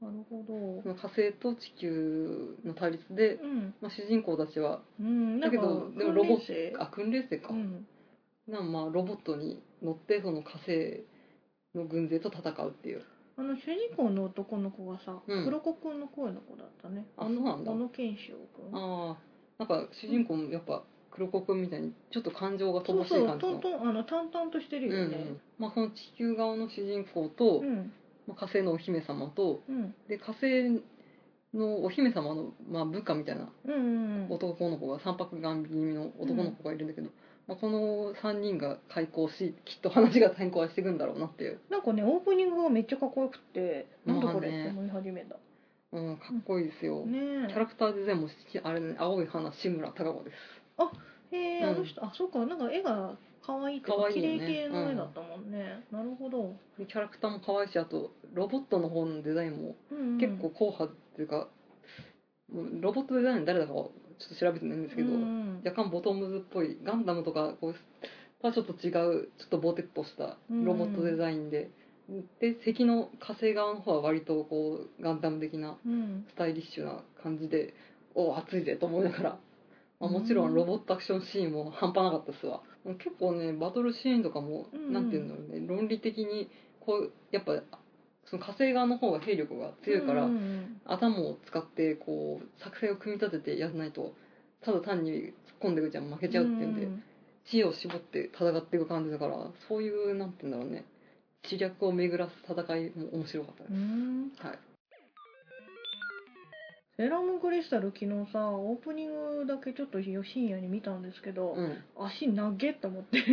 Speaker 1: なるほど
Speaker 2: その火星と地球の対立で、
Speaker 1: うん
Speaker 2: まあ、主人公たちは
Speaker 1: うんなん
Speaker 2: だ
Speaker 1: か
Speaker 2: けどでもロボ
Speaker 1: 訓練生
Speaker 2: あ訓練生か、
Speaker 1: うん
Speaker 2: なんまあロボットに乗ってその火星の軍勢と戦うっていう
Speaker 1: あの主人公の男の子がさ、
Speaker 2: うん
Speaker 1: 黒子くんの声の子だったね
Speaker 2: あ
Speaker 1: の
Speaker 2: そうなんだ
Speaker 1: 小野賢章くん
Speaker 2: ああなんか主人公もやっぱ黒子くんみたいにちょっと感情が
Speaker 1: そ
Speaker 2: 乏
Speaker 1: う
Speaker 2: しい
Speaker 1: そう
Speaker 2: 感じ
Speaker 1: トン
Speaker 2: の
Speaker 1: トンあの淡々としてる
Speaker 2: うんう
Speaker 1: よね
Speaker 2: んまあ、その地球側の主人公と、
Speaker 1: うん
Speaker 2: まあ、火星のお姫様と
Speaker 1: うん
Speaker 2: で火星のお姫様の、まあ、部下みたいな
Speaker 1: うんうんうん
Speaker 2: 男の子が三白眼気味の男の子がいるんだけど、まあ、この3人が開校しきっと話が展開していくんだろうなっていう、
Speaker 1: なんかねオープニングがめっちゃかっこよくてなんだこれっ
Speaker 2: まあ
Speaker 1: て
Speaker 2: ね
Speaker 1: 思い始めた
Speaker 2: うん、かっこいいですよ、
Speaker 1: ね
Speaker 2: キャラクターデザインもしあれ、ね、青い花志村貴子です
Speaker 1: えへえ
Speaker 2: うん
Speaker 1: あの人あそうかなんか絵が可愛いと
Speaker 2: 可
Speaker 1: か
Speaker 2: 愛い
Speaker 1: 綺
Speaker 2: よね
Speaker 1: 麗系の絵だったもんねなるほど
Speaker 2: でキャラクターも可愛いしあとロボットの方のデザインも
Speaker 1: うんうん
Speaker 2: 結構硬派っていうか、もうロボットデザイン誰だかはちょっと調べてないんですけど、
Speaker 1: うんうん
Speaker 2: 若干ボトムズっぽいガンダムとかこうとはちょっと違うちょっとボテッとしたロボットデザインで、で敵の火星側の方は割とこうガンダム的な
Speaker 1: うん
Speaker 2: スタイリッシュな感じでおお熱いぜと思いながら、まあ、もちろんロボットアクションシーンも半端なかったっすわ結構ねバトルシーンとかも、
Speaker 1: うん
Speaker 2: なんていうんだろうね論理的にこうやっぱその火星側の方が兵力が強いから、
Speaker 1: うんうん
Speaker 2: 頭を使ってこう作戦を組み立ててやらないとただ単に突っ込んでいくじゃん負けちゃうっていうんで、
Speaker 1: ん
Speaker 2: 知恵を絞って戦っていく感じだからそういうなんていうんだろうね知略を巡らす戦いも面白かった
Speaker 1: う
Speaker 2: です、
Speaker 1: ん
Speaker 2: はい
Speaker 1: セーラームーンクリスタル昨日さオープニングだけちょっと深夜に見たんですけど、
Speaker 2: う
Speaker 1: 足投げと思って
Speaker 2: ん、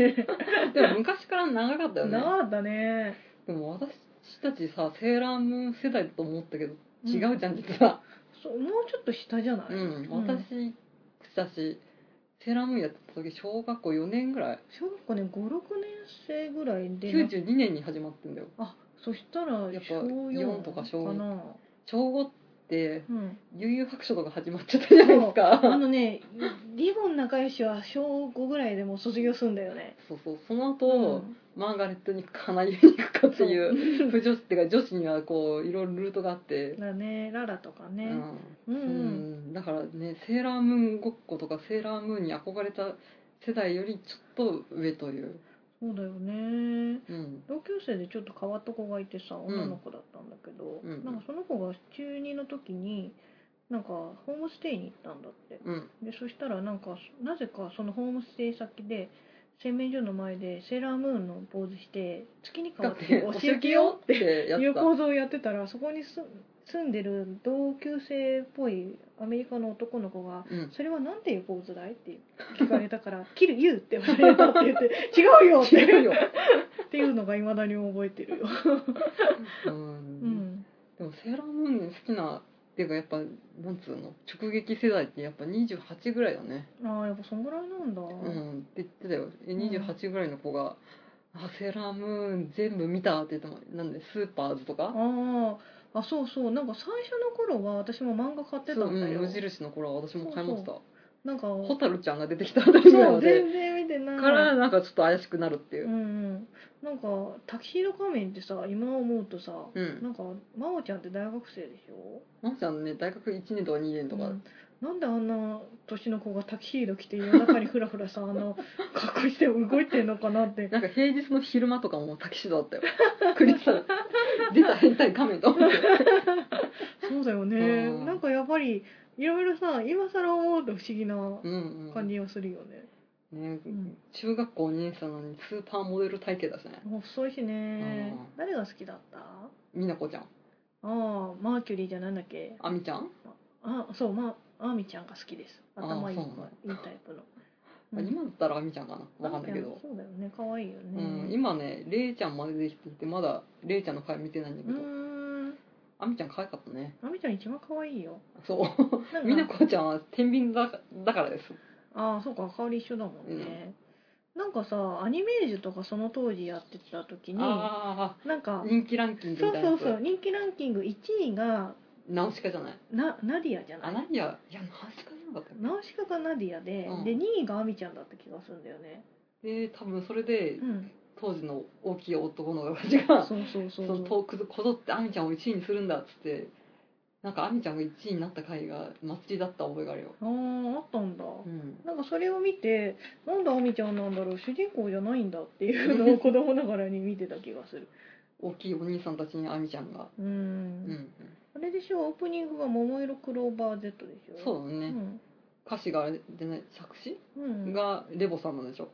Speaker 2: でも昔から長かったよね
Speaker 1: なかったね
Speaker 2: でも私たちさセーラームーン世代だと思ったけど
Speaker 1: うん
Speaker 2: 違うじゃん、実は
Speaker 1: そうもうちょっと下じゃない、
Speaker 2: うん私たちセーラームーンやってた時小学校4年ぐらい
Speaker 1: 小学校ね56年生ぐらいでな
Speaker 2: 92年に始まってんだよ
Speaker 1: あそしたら
Speaker 2: やっぱ
Speaker 1: 小4
Speaker 2: 4とか小
Speaker 1: かな、
Speaker 2: 小5って
Speaker 1: うん、
Speaker 2: 悠々白書とか始まっちゃったじゃないですか
Speaker 1: あのねリボン仲良しは小5ぐらいでもう卒業するんだよね
Speaker 2: そうそうその
Speaker 1: う
Speaker 2: 後、
Speaker 1: ん
Speaker 2: マーガレットに行くかナイアに行くかっていう
Speaker 1: そう
Speaker 2: 不女子っていうか女子にはこういろいろルートがあって、
Speaker 1: <laughs> だねララとか
Speaker 2: う
Speaker 1: ね、
Speaker 2: ん
Speaker 1: うんうん
Speaker 2: うんだからねセーラームーンごっことかセーラームーンに憧れた世代よりちょっと上という、
Speaker 1: そうだよね
Speaker 2: うん、
Speaker 1: 同級生でちょっと変わった子がいてさ女の子だったんだけど、
Speaker 2: うんうん
Speaker 1: なんかその子が中2の時になんかホームステイに行ったんだって
Speaker 2: うん、
Speaker 1: でそしたらなんかなぜかそのホームステイ先で洗面所の前でセーラームーンのポーズして月に変わってお仕置きよって
Speaker 2: てやっ
Speaker 1: いう
Speaker 2: た
Speaker 1: 構造をやってたらそこにす住んでる同級生っぽいアメリカの男の子が
Speaker 2: うん
Speaker 1: 「それはなんていうポーズだい?」って聞かれた
Speaker 2: <laughs>
Speaker 1: から「キルユー」って言われたって言って「違うよ」って
Speaker 2: 違うよ、
Speaker 1: っていうのがいまだに覚えてるよ。
Speaker 2: うん
Speaker 1: うん
Speaker 2: でもセーラームーン好きなっていうかやっぱなんつうの直撃世代ってやっぱ28ぐらいだね
Speaker 1: ああやっぱそんぐらいなんだ、
Speaker 2: うんって言ってたよえ28ぐらいの子が「あセーラームーン全部見た」って言ってもなんでスーパーズとか
Speaker 1: あああそうそうなんか最初の頃は私も漫画買ってた
Speaker 2: そうん
Speaker 1: だ
Speaker 2: うん
Speaker 1: よ、
Speaker 2: 無印の頃は私も買いました
Speaker 1: なんか
Speaker 2: ホ
Speaker 1: そ
Speaker 2: タルちゃんが出てきたあたりなの
Speaker 1: う
Speaker 2: で
Speaker 1: 全然見てない
Speaker 2: からなんかちょっと怪しくなるっていううん
Speaker 1: うんなんかタキシード仮面ってさ今思うとさ、
Speaker 2: うん
Speaker 1: なんか真央ちゃんって大学生でしょ
Speaker 2: まおちゃんね大学1年とか2年と
Speaker 1: う
Speaker 2: か、
Speaker 1: んなんであんな年の子がタキシード着て夜中にふらふらさあの格好して動いてんのかなって
Speaker 2: なんか平日の昼間とかもタキシードだったよクリスタル出た変態仮面と思って
Speaker 1: そうだよね、
Speaker 2: うん
Speaker 1: なんかやっぱりいろいろさ今更思 <laughs> うと不思議な
Speaker 2: うん、うん
Speaker 1: 感じがするよね、
Speaker 2: ね
Speaker 1: ん
Speaker 2: 中学校2年生なのにスーパーモデル体型だしね
Speaker 1: 細いしね、
Speaker 2: うん
Speaker 1: 誰が好きだったあ
Speaker 2: 美奈子ちゃん
Speaker 1: あマーキュリーじゃなんだっけ
Speaker 2: あみちゃん、
Speaker 1: あそうまああみちゃんが好きです
Speaker 2: あー
Speaker 1: 頭いい
Speaker 2: そ
Speaker 1: 子
Speaker 2: うな
Speaker 1: い
Speaker 2: んだ
Speaker 1: いタイプの、
Speaker 2: まあ今だったらあみちゃんかなわかんないけ
Speaker 1: あみ
Speaker 2: ど
Speaker 1: ちゃんそうだよね可愛いよ
Speaker 2: う
Speaker 1: ね
Speaker 2: ん、今ねれいちゃんまでできてきてまだれいちゃんの回見てないんだ
Speaker 1: う
Speaker 2: けど、
Speaker 1: ーん
Speaker 2: あみちゃん可愛かったね
Speaker 1: あみちゃん一番可愛
Speaker 2: <laughs>
Speaker 1: いよ
Speaker 2: そう
Speaker 1: <laughs> な
Speaker 2: 美
Speaker 1: ん
Speaker 2: 奈
Speaker 1: か
Speaker 2: 子ちゃんは天秤だだからです
Speaker 1: ああそうか香り一緒だもんね、なんかさアニメージュとかその当時やってた時にな
Speaker 2: あ
Speaker 1: んか
Speaker 2: あ人気ランキング
Speaker 1: そ
Speaker 2: み
Speaker 1: う
Speaker 2: たいな
Speaker 1: そ
Speaker 2: や
Speaker 1: う
Speaker 2: つ
Speaker 1: そう人気ランキング1位が
Speaker 2: ナウシカじゃない
Speaker 1: なナディアじゃな
Speaker 2: あ
Speaker 1: い
Speaker 2: ナディアいやナウシカじゃなかったよ
Speaker 1: ナウシカがナディアで、
Speaker 2: うん
Speaker 1: で2位がアミちゃんだった気がするんだよね
Speaker 2: で多分それで、
Speaker 1: うん
Speaker 2: 当時の大きい男の親父が
Speaker 1: そうそう
Speaker 2: そ
Speaker 1: そう
Speaker 2: の
Speaker 1: そう
Speaker 2: 遠くこぞってあみちゃんを1位にするんだっつってなんかあみちゃんが1位になった回が祭りだった覚えがあるよ、
Speaker 1: あーあったんだ、
Speaker 2: うん、
Speaker 1: なんかそれを見てなんでアミちゃんなんだろう主人公じゃないんだっていう
Speaker 2: <laughs>
Speaker 1: のを子供ながらに見てた気がする
Speaker 2: 大きいお兄さんたちにあみちゃんが、
Speaker 1: うー
Speaker 2: うん
Speaker 1: ん
Speaker 2: うん、
Speaker 1: あれでしょオープニングが「桃色クローバー Z」でしょ
Speaker 2: そうだ
Speaker 1: う
Speaker 2: ね、
Speaker 1: ん
Speaker 2: 歌詞があれでね作詞
Speaker 1: うん、
Speaker 2: がレボさんなんでしょ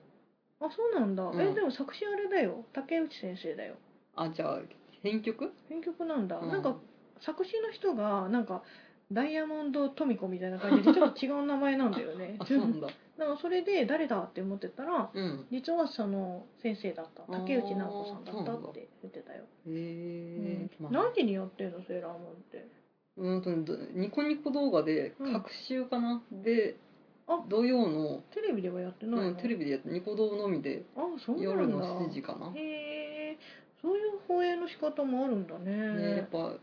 Speaker 1: あそうなんだ、
Speaker 2: うん
Speaker 1: えでも作詞あれだよ竹内先生だよ
Speaker 2: あじゃあ編曲
Speaker 1: 編曲なんだ、
Speaker 2: うん
Speaker 1: なんか作詞の人がなんかダイヤモンドトミコみたいな感じでちょっと違う名前なんだよね
Speaker 2: <laughs> あそうなんだ
Speaker 1: でもそれで誰だって思ってたら
Speaker 2: うん
Speaker 1: 実はその先生だった
Speaker 2: あー
Speaker 1: 竹内直子さんだった
Speaker 2: そうなん
Speaker 1: っ
Speaker 2: だ
Speaker 1: て言ってたよ、
Speaker 2: へ
Speaker 1: う
Speaker 2: え
Speaker 1: ん
Speaker 2: まあ
Speaker 1: 何時にやってんのセーラームーンって
Speaker 2: うんとどニコニコ動画で
Speaker 1: うん
Speaker 2: 各週かな、で
Speaker 1: あ
Speaker 2: 土曜の、
Speaker 1: テレビではやってないの、
Speaker 2: うん、テレビでやってニコ動のみで
Speaker 1: あそうなんだ
Speaker 2: 夜の7時かな、ね、
Speaker 1: へえそういう放映の仕方もあるんだね
Speaker 2: やっぱ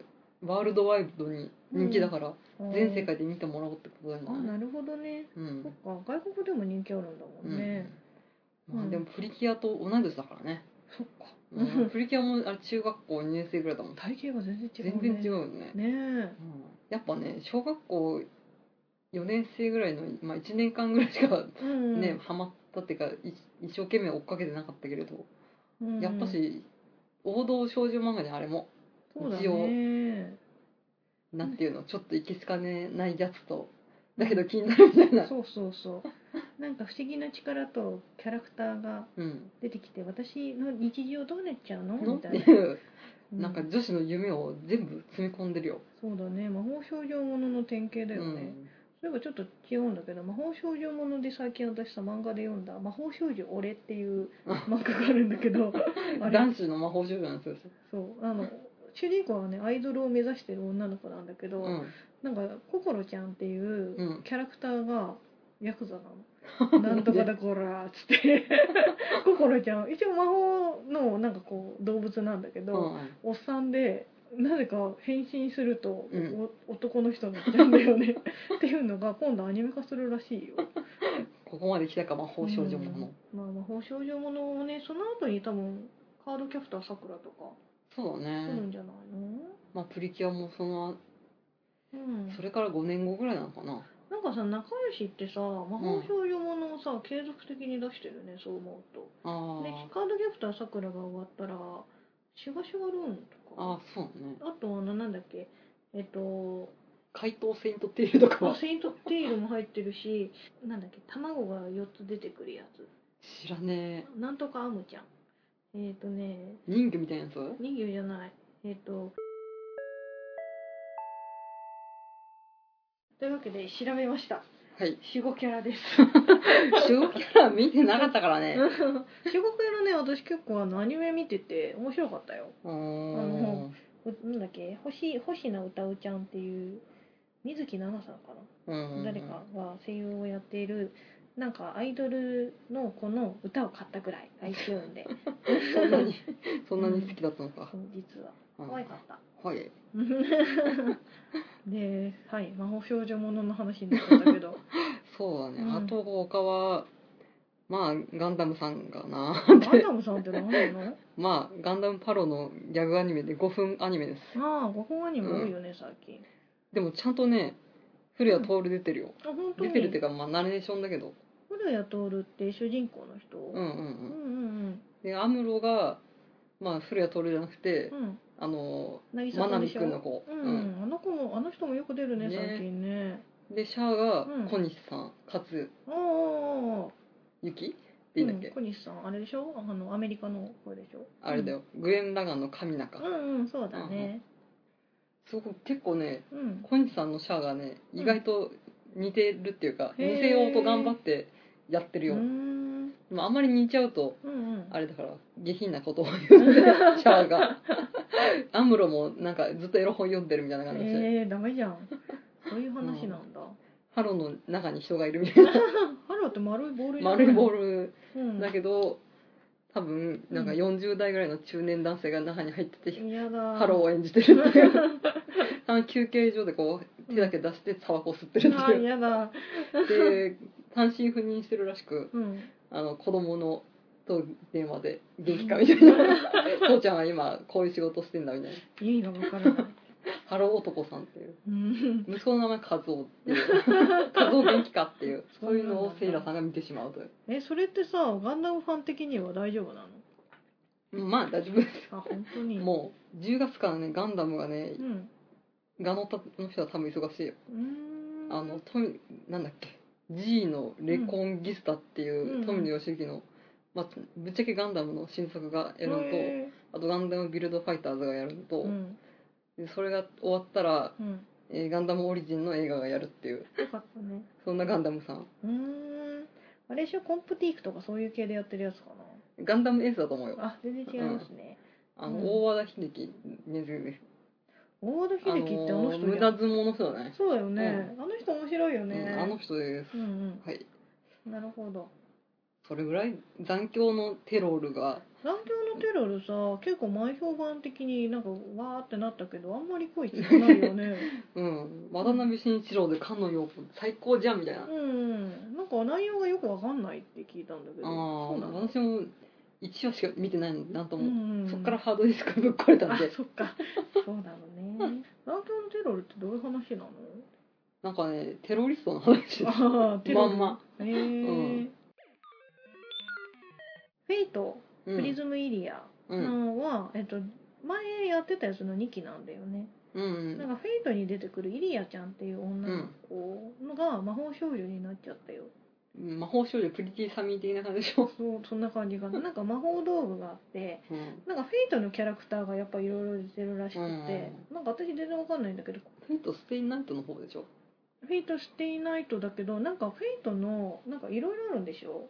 Speaker 2: ワールドワイドに人気だから、
Speaker 1: うん
Speaker 2: 全世界で見てもらおうってことだよ
Speaker 1: あ
Speaker 2: ね
Speaker 1: なるほどね
Speaker 2: うん
Speaker 1: そっか外国でも人気あるんだもんね、
Speaker 2: うんま
Speaker 1: う
Speaker 2: あ、
Speaker 1: ん
Speaker 2: でもプリキュアと同い年だからね、
Speaker 1: そっか
Speaker 2: うん、プリキュアもあれ中学校2年生ぐらいだもん
Speaker 1: 体型が全然違う、ね
Speaker 2: 全、然違うよね
Speaker 1: ねえ
Speaker 2: うんやっぱね小学校4年生ぐらいの、まあ、1年間ぐらいしか
Speaker 1: うん
Speaker 2: ね、ハマったっていうかい一生懸命追っかけてなかったけれど、
Speaker 1: うん
Speaker 2: やっぱし王道少女漫画にあれも
Speaker 1: そうだ
Speaker 2: 一応
Speaker 1: ね
Speaker 2: なんていうのちょっといけすかねないやつとだけど気になるみたいな、
Speaker 1: そうそうそうなんか不思議な力とキャラクターが
Speaker 2: うん、
Speaker 1: 出てきて私の日常どうなっちゃうの
Speaker 2: の
Speaker 1: み
Speaker 2: って
Speaker 1: たいな、
Speaker 2: いう
Speaker 1: う
Speaker 2: <laughs> なんか女子の夢を全部詰め込んでるよ、
Speaker 1: そうだね魔法少女ものの典型だよね、そういえばちょっと違うんだけど魔法少女もので最近私さ漫画で読んだ「魔法少女俺」って
Speaker 2: <laughs>
Speaker 1: いう漫画があるんだけど
Speaker 2: う
Speaker 1: あ
Speaker 2: ん、男
Speaker 1: れ
Speaker 2: 子の魔法少女なんですよ、
Speaker 1: そうあの主人公はねアイドルを目指してる女の子なんだけ
Speaker 2: う
Speaker 1: ど、
Speaker 2: ん、
Speaker 1: なんかココロちゃんっていううんキャラクターがヤクザなの。
Speaker 2: <laughs>
Speaker 1: なんとかだこらーっつってココロちゃん一応魔法のなんかこう動物なんだけ
Speaker 2: う
Speaker 1: ど、
Speaker 2: ん
Speaker 1: おっさんでなぜか変身すると、
Speaker 2: うん
Speaker 1: お男の人になっちゃうんだよ
Speaker 2: <laughs>
Speaker 1: ねっていうのが今度アニメ化するらしいよ
Speaker 2: ここまで来たか魔法少女もの、
Speaker 1: うんまあ魔法少女ものもねその後に多分カードキャプターさくらとか
Speaker 2: そうだ
Speaker 1: 来、
Speaker 2: ね
Speaker 1: るんじゃないの、
Speaker 2: まあ、プリキュアもその
Speaker 1: うん、
Speaker 2: それから5年後ぐらいなのかな
Speaker 1: なんかさ仲良しってさ魔法少女ものをさ、継続的に出してるねそう思うと
Speaker 2: あ
Speaker 1: で
Speaker 2: ー
Speaker 1: カードキャプターさくらが終わったらシュガシュガローンとか
Speaker 2: あーそうね
Speaker 1: あとあのなんだっけえっと
Speaker 2: 怪盗セイントテールとか
Speaker 1: あ
Speaker 2: は
Speaker 1: セイントテイルも入ってるしなんだっけ卵が4つ出てくるや
Speaker 2: 知らねえ
Speaker 1: つなんとかアムちゃんえっ、とね
Speaker 2: 人魚みたいなやつ
Speaker 1: 人魚じゃないえっ、とというわけで調べました
Speaker 2: はい
Speaker 1: 守護キャラです
Speaker 2: <laughs> 主語キャラ見てなかったからね
Speaker 1: 守護キャラね私結構あのアニメ見てて面白かったよ
Speaker 2: う
Speaker 1: の
Speaker 2: ん
Speaker 1: うなんだっけ星星名歌うちゃんっていう水木奈々さんかな
Speaker 2: うん
Speaker 1: 誰かが声優をやっているなんかアイドルの子の歌を買ったぐらい iTune
Speaker 2: <laughs>
Speaker 1: で
Speaker 2: そんなにそんなに好きだったのか
Speaker 1: そう実は
Speaker 2: うん
Speaker 1: 可愛かった
Speaker 2: はい
Speaker 1: ではい魔法少女ものの話になっちゃったけど
Speaker 2: そうだ
Speaker 1: う
Speaker 2: ね
Speaker 1: ん
Speaker 2: あと他はまあガンダムさんか <laughs> な <laughs>
Speaker 1: ガンダムさんって何なの
Speaker 2: まあガンダムパロのギャグアニメで5分アニメです
Speaker 1: ああ5分アニメ多いよね最近
Speaker 2: でもちゃんとね古谷徹出てるよ
Speaker 1: あ本当
Speaker 2: 出
Speaker 1: に
Speaker 2: てるっていうかまあナレーションだけど
Speaker 1: 古谷徹って主人公の人
Speaker 2: うんうんう
Speaker 1: うん
Speaker 2: ん
Speaker 1: うん
Speaker 2: でアムロがまあ古谷徹じゃなくて
Speaker 1: うんうん
Speaker 2: あの
Speaker 1: 渚
Speaker 2: マナ
Speaker 1: 君で
Speaker 2: ミ
Speaker 1: しょ
Speaker 2: 君の子
Speaker 1: うん、あの子もあの人もよく出るね
Speaker 2: ね
Speaker 1: 最近ね
Speaker 2: でシャアが
Speaker 1: うん
Speaker 2: 小西さん、勝
Speaker 1: ああ
Speaker 2: ユキっていうんだっけ、
Speaker 1: 小西さんあれでしょあのアメリカの声でしょ
Speaker 2: あれだよ、グレン・ラガンの神中、
Speaker 1: うんうんうんそうだね
Speaker 2: すごく結構ね
Speaker 1: うん
Speaker 2: 小西さんのシャアがね
Speaker 1: うん
Speaker 2: 意外と似てるっていうか、
Speaker 1: へー
Speaker 2: 似せようと頑張ってやってるよ、
Speaker 1: うーん
Speaker 2: でもあんまり似ちゃうと
Speaker 1: うんうん
Speaker 2: あれだから下品なことを
Speaker 1: <laughs>
Speaker 2: 言うねシャアがアムロもなんかずっとエロ本読んでるみたいな感じで、
Speaker 1: えー、ダメじゃんそういう話なんだ、
Speaker 2: ハロの中に人がいるみたいな
Speaker 1: ハローって丸いボールじゃない
Speaker 2: 丸いボール
Speaker 1: うん、
Speaker 2: だけど多分なんか40代ぐらいの中年男性が中に入ってて、
Speaker 1: 嫌だ
Speaker 2: ハローを演じてるっていう
Speaker 1: <laughs>
Speaker 2: あの休憩所でこう手だけ出してタバコ吸ってるって
Speaker 1: あー
Speaker 2: いう
Speaker 1: 嫌だ
Speaker 2: で単身赴任してるらしく
Speaker 1: うん
Speaker 2: あの子供のと電話で元気かみたいな
Speaker 1: <laughs>
Speaker 2: 父ちゃんは今こういう仕事してんだみたいな
Speaker 1: 意味がわからない
Speaker 2: ハロー男さんっていう
Speaker 1: うん
Speaker 2: 息子の名前カズオってい
Speaker 1: <laughs>
Speaker 2: うカズオ元気かっていうそういうのをセイラさんが見てしまうという
Speaker 1: えそれってさガンダムファン的には大丈夫なの
Speaker 2: まあ大丈夫です
Speaker 1: あ本当に
Speaker 2: もう10月からねガンダムがね
Speaker 1: うん
Speaker 2: ガノタの人は多分忙しいよ
Speaker 1: うーん
Speaker 2: あの富なんだっけ G の「レコンギスタ」って
Speaker 1: うん
Speaker 2: いう富野義行の、まあ、ぶっちゃけガンダムの新作がやるのと、
Speaker 1: へ
Speaker 2: あとガンダムビルドファイターズがやるのと、
Speaker 1: ーうん
Speaker 2: でそれが終わったら
Speaker 1: うん
Speaker 2: えーガンダムオリジンの映画がやるっていう
Speaker 1: よかったね
Speaker 2: そんなガンダムさん
Speaker 1: うーんあれでしょコンプティークとかそういう系でやってるやつか
Speaker 2: ガンダムエースだと思うよ
Speaker 1: なあ全然違いますね、
Speaker 2: あの、
Speaker 1: うん
Speaker 2: 大和田秀樹ねずです
Speaker 1: 大和田秀樹ってあの人じゃん
Speaker 2: ー無駄相撲の人だね
Speaker 1: そうだよね、あの人面白いよね、
Speaker 2: うんあの人です、
Speaker 1: うんうん
Speaker 2: はい
Speaker 1: なるほど
Speaker 2: それぐらい残響のテロールが
Speaker 1: 残響のテロルさ結構前評判的になんかわーってなったけどあんまり声聞かないよね
Speaker 2: <laughs> うん渡辺慎一郎で菅野陽子最高じゃんみたいな、
Speaker 1: うんうんなんか内容がよくわかんないって聞いたんだけど
Speaker 2: あ
Speaker 1: そうな
Speaker 2: あ
Speaker 1: の
Speaker 2: 私も1話しか見てないのなんと
Speaker 1: う
Speaker 2: も、
Speaker 1: んうん
Speaker 2: そっからハードディスクがぶっ壊れたん
Speaker 1: あ
Speaker 2: で
Speaker 1: そっかそう
Speaker 2: <laughs>
Speaker 1: なのね残響のテロルってどういう話なの
Speaker 2: なんかねテロリストの話です
Speaker 1: ああテロ
Speaker 2: ま
Speaker 1: ル
Speaker 2: んま、
Speaker 1: へえ
Speaker 2: うん
Speaker 1: フェイト
Speaker 2: うん
Speaker 1: プリズムイリア
Speaker 2: うん
Speaker 1: のは、えっと前やってたやつの2期なんだよね、
Speaker 2: うんうん
Speaker 1: なんかフェイトに出てくるイリアちゃんっていう女の子のが魔法少女になっちゃったよ、
Speaker 2: 魔法少女プリティサミー的な感じでしょ、
Speaker 1: そうそんな感じかななんか魔法道具があって
Speaker 2: うん、
Speaker 1: なんかフェイトのキャラクターがやっぱいろいろ出てるらしくて、なんか私全然わかんないんだけど
Speaker 2: フェイトステイナイトの方でしょ
Speaker 1: フェイトしていないとだけどなんかフェイトのなんかいろいろあるんでしょ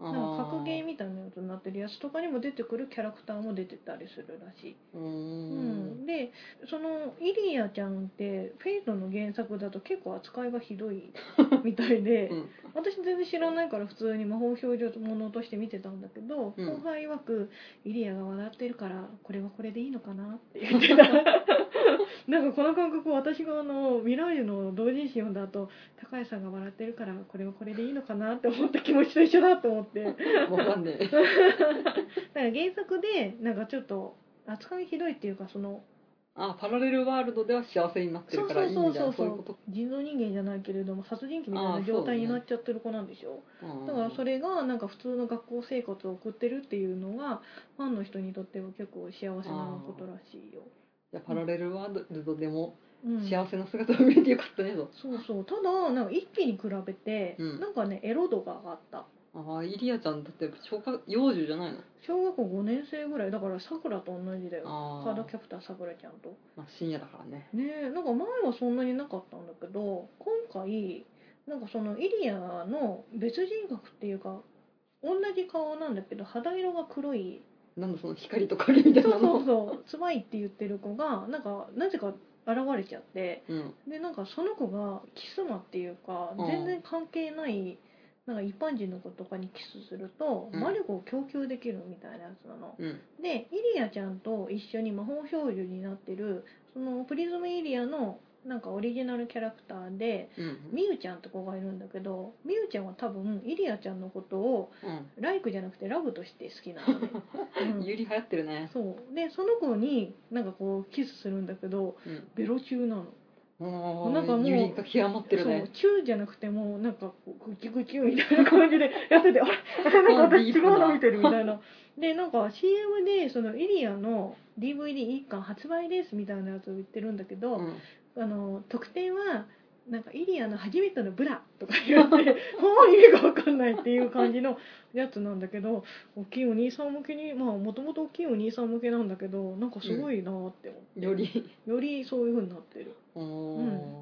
Speaker 1: なんか格ゲー
Speaker 2: み
Speaker 1: みたいなやつになってるやつとかにも出てくるキャラクターも出てたりするらしい、
Speaker 2: う
Speaker 1: うん
Speaker 2: ん
Speaker 1: でそのイリアちゃんってフェイトの原作だと結構扱いがひどい
Speaker 2: <laughs>
Speaker 1: みたいで、
Speaker 2: うん
Speaker 1: 私全然知らないから普通に魔法少女ものとして見てたんだけど、
Speaker 2: うん
Speaker 1: 後輩曰くイリアが笑ってるからこれはこれでいいのかなって言ってた
Speaker 2: <laughs>
Speaker 1: <laughs> なんかこの感覚私があのミラージュの同人誌読んだ後高橋さんが笑ってるからこれはこれでいいのかなって思った気持ちと一緒だと思
Speaker 2: <laughs>
Speaker 1: って。
Speaker 2: わかんねえ
Speaker 1: だから原作でなんかちょっと扱いひどいっていうかその
Speaker 2: あパラレルワールドでは幸せになってるからいいんだ
Speaker 1: そうそうそうそう
Speaker 2: そういうこと
Speaker 1: 人造人間じゃないけれども殺人鬼みた
Speaker 2: あ
Speaker 1: い
Speaker 2: ー
Speaker 1: な状
Speaker 2: そう
Speaker 1: 態
Speaker 2: ね
Speaker 1: になっちゃってる子なんでしょ
Speaker 2: うん
Speaker 1: だからそれがなんか普通の学校生活を送ってるっていうのがファンの人にとっては結構幸せなことらしいよ、
Speaker 2: じゃあパラレルワールドでも
Speaker 1: うん、
Speaker 2: 幸せな姿を見れてよかったねと、
Speaker 1: そうそうただなんか一気に比べて、
Speaker 2: うん
Speaker 1: なんかねエロ度が上がった
Speaker 2: ああイリアちゃんだって小学幼女じゃないの
Speaker 1: 小学校5年生ぐらいだからさくらと同じだよ
Speaker 2: あー
Speaker 1: カードキャプターさくらちゃんと
Speaker 2: まあ、深夜だからね
Speaker 1: ねえなんか前はそんなになかったんだけど今回なんかそのイリアの別人格っていうか同じ顔なんだけど肌色が黒い
Speaker 2: なんだその光と影みたい
Speaker 1: そ
Speaker 2: なの
Speaker 1: うそうそうつばいって言ってる子がなんかなぜか現れちゃって
Speaker 2: うん、
Speaker 1: でなんかその子がキスマっていうか
Speaker 2: うん
Speaker 1: 全然関係ないなんか一般人の子とかにキスすると
Speaker 2: うん
Speaker 1: 魔力を供給できるみたいなやつなの。
Speaker 2: うん、
Speaker 1: でイリアちゃんと一緒に魔法少女になってるそのプリズムイリアのなんかオリジナルキャラクターで
Speaker 2: うん、
Speaker 1: ミユちゃんって子がいるんだけどミユちゃんは多分イリアちゃんのことをライクじゃなくてラブとして好きなのね、う
Speaker 2: う、
Speaker 1: んん
Speaker 2: ユリ流行ってるね
Speaker 1: そうでその子になんかこうキスするんだけど
Speaker 2: う
Speaker 1: ベロ中なの
Speaker 2: ん、も
Speaker 1: なんかもう
Speaker 2: ユリが極まってる
Speaker 1: そう
Speaker 2: ね
Speaker 1: 中じゃなくてもうなんかこうグキグキみたいな感じでやっててあれなんか私違うの見てるみたい
Speaker 2: <laughs>
Speaker 1: なでなんか CM でそのイリアの DVD1 巻発売ですみたいなやつを言ってるんだけど、
Speaker 2: うん、
Speaker 1: あの特典はなんかイリアの初めてのブラとか言って <laughs> もう意味が分かんないっていう感じの <laughs> やつなんだけど大きいお兄さん向けにまあもともと大きいお兄さん向けなんだけどなんかすごいなーって思う、
Speaker 2: より
Speaker 1: よりそういう風になってる
Speaker 2: おー、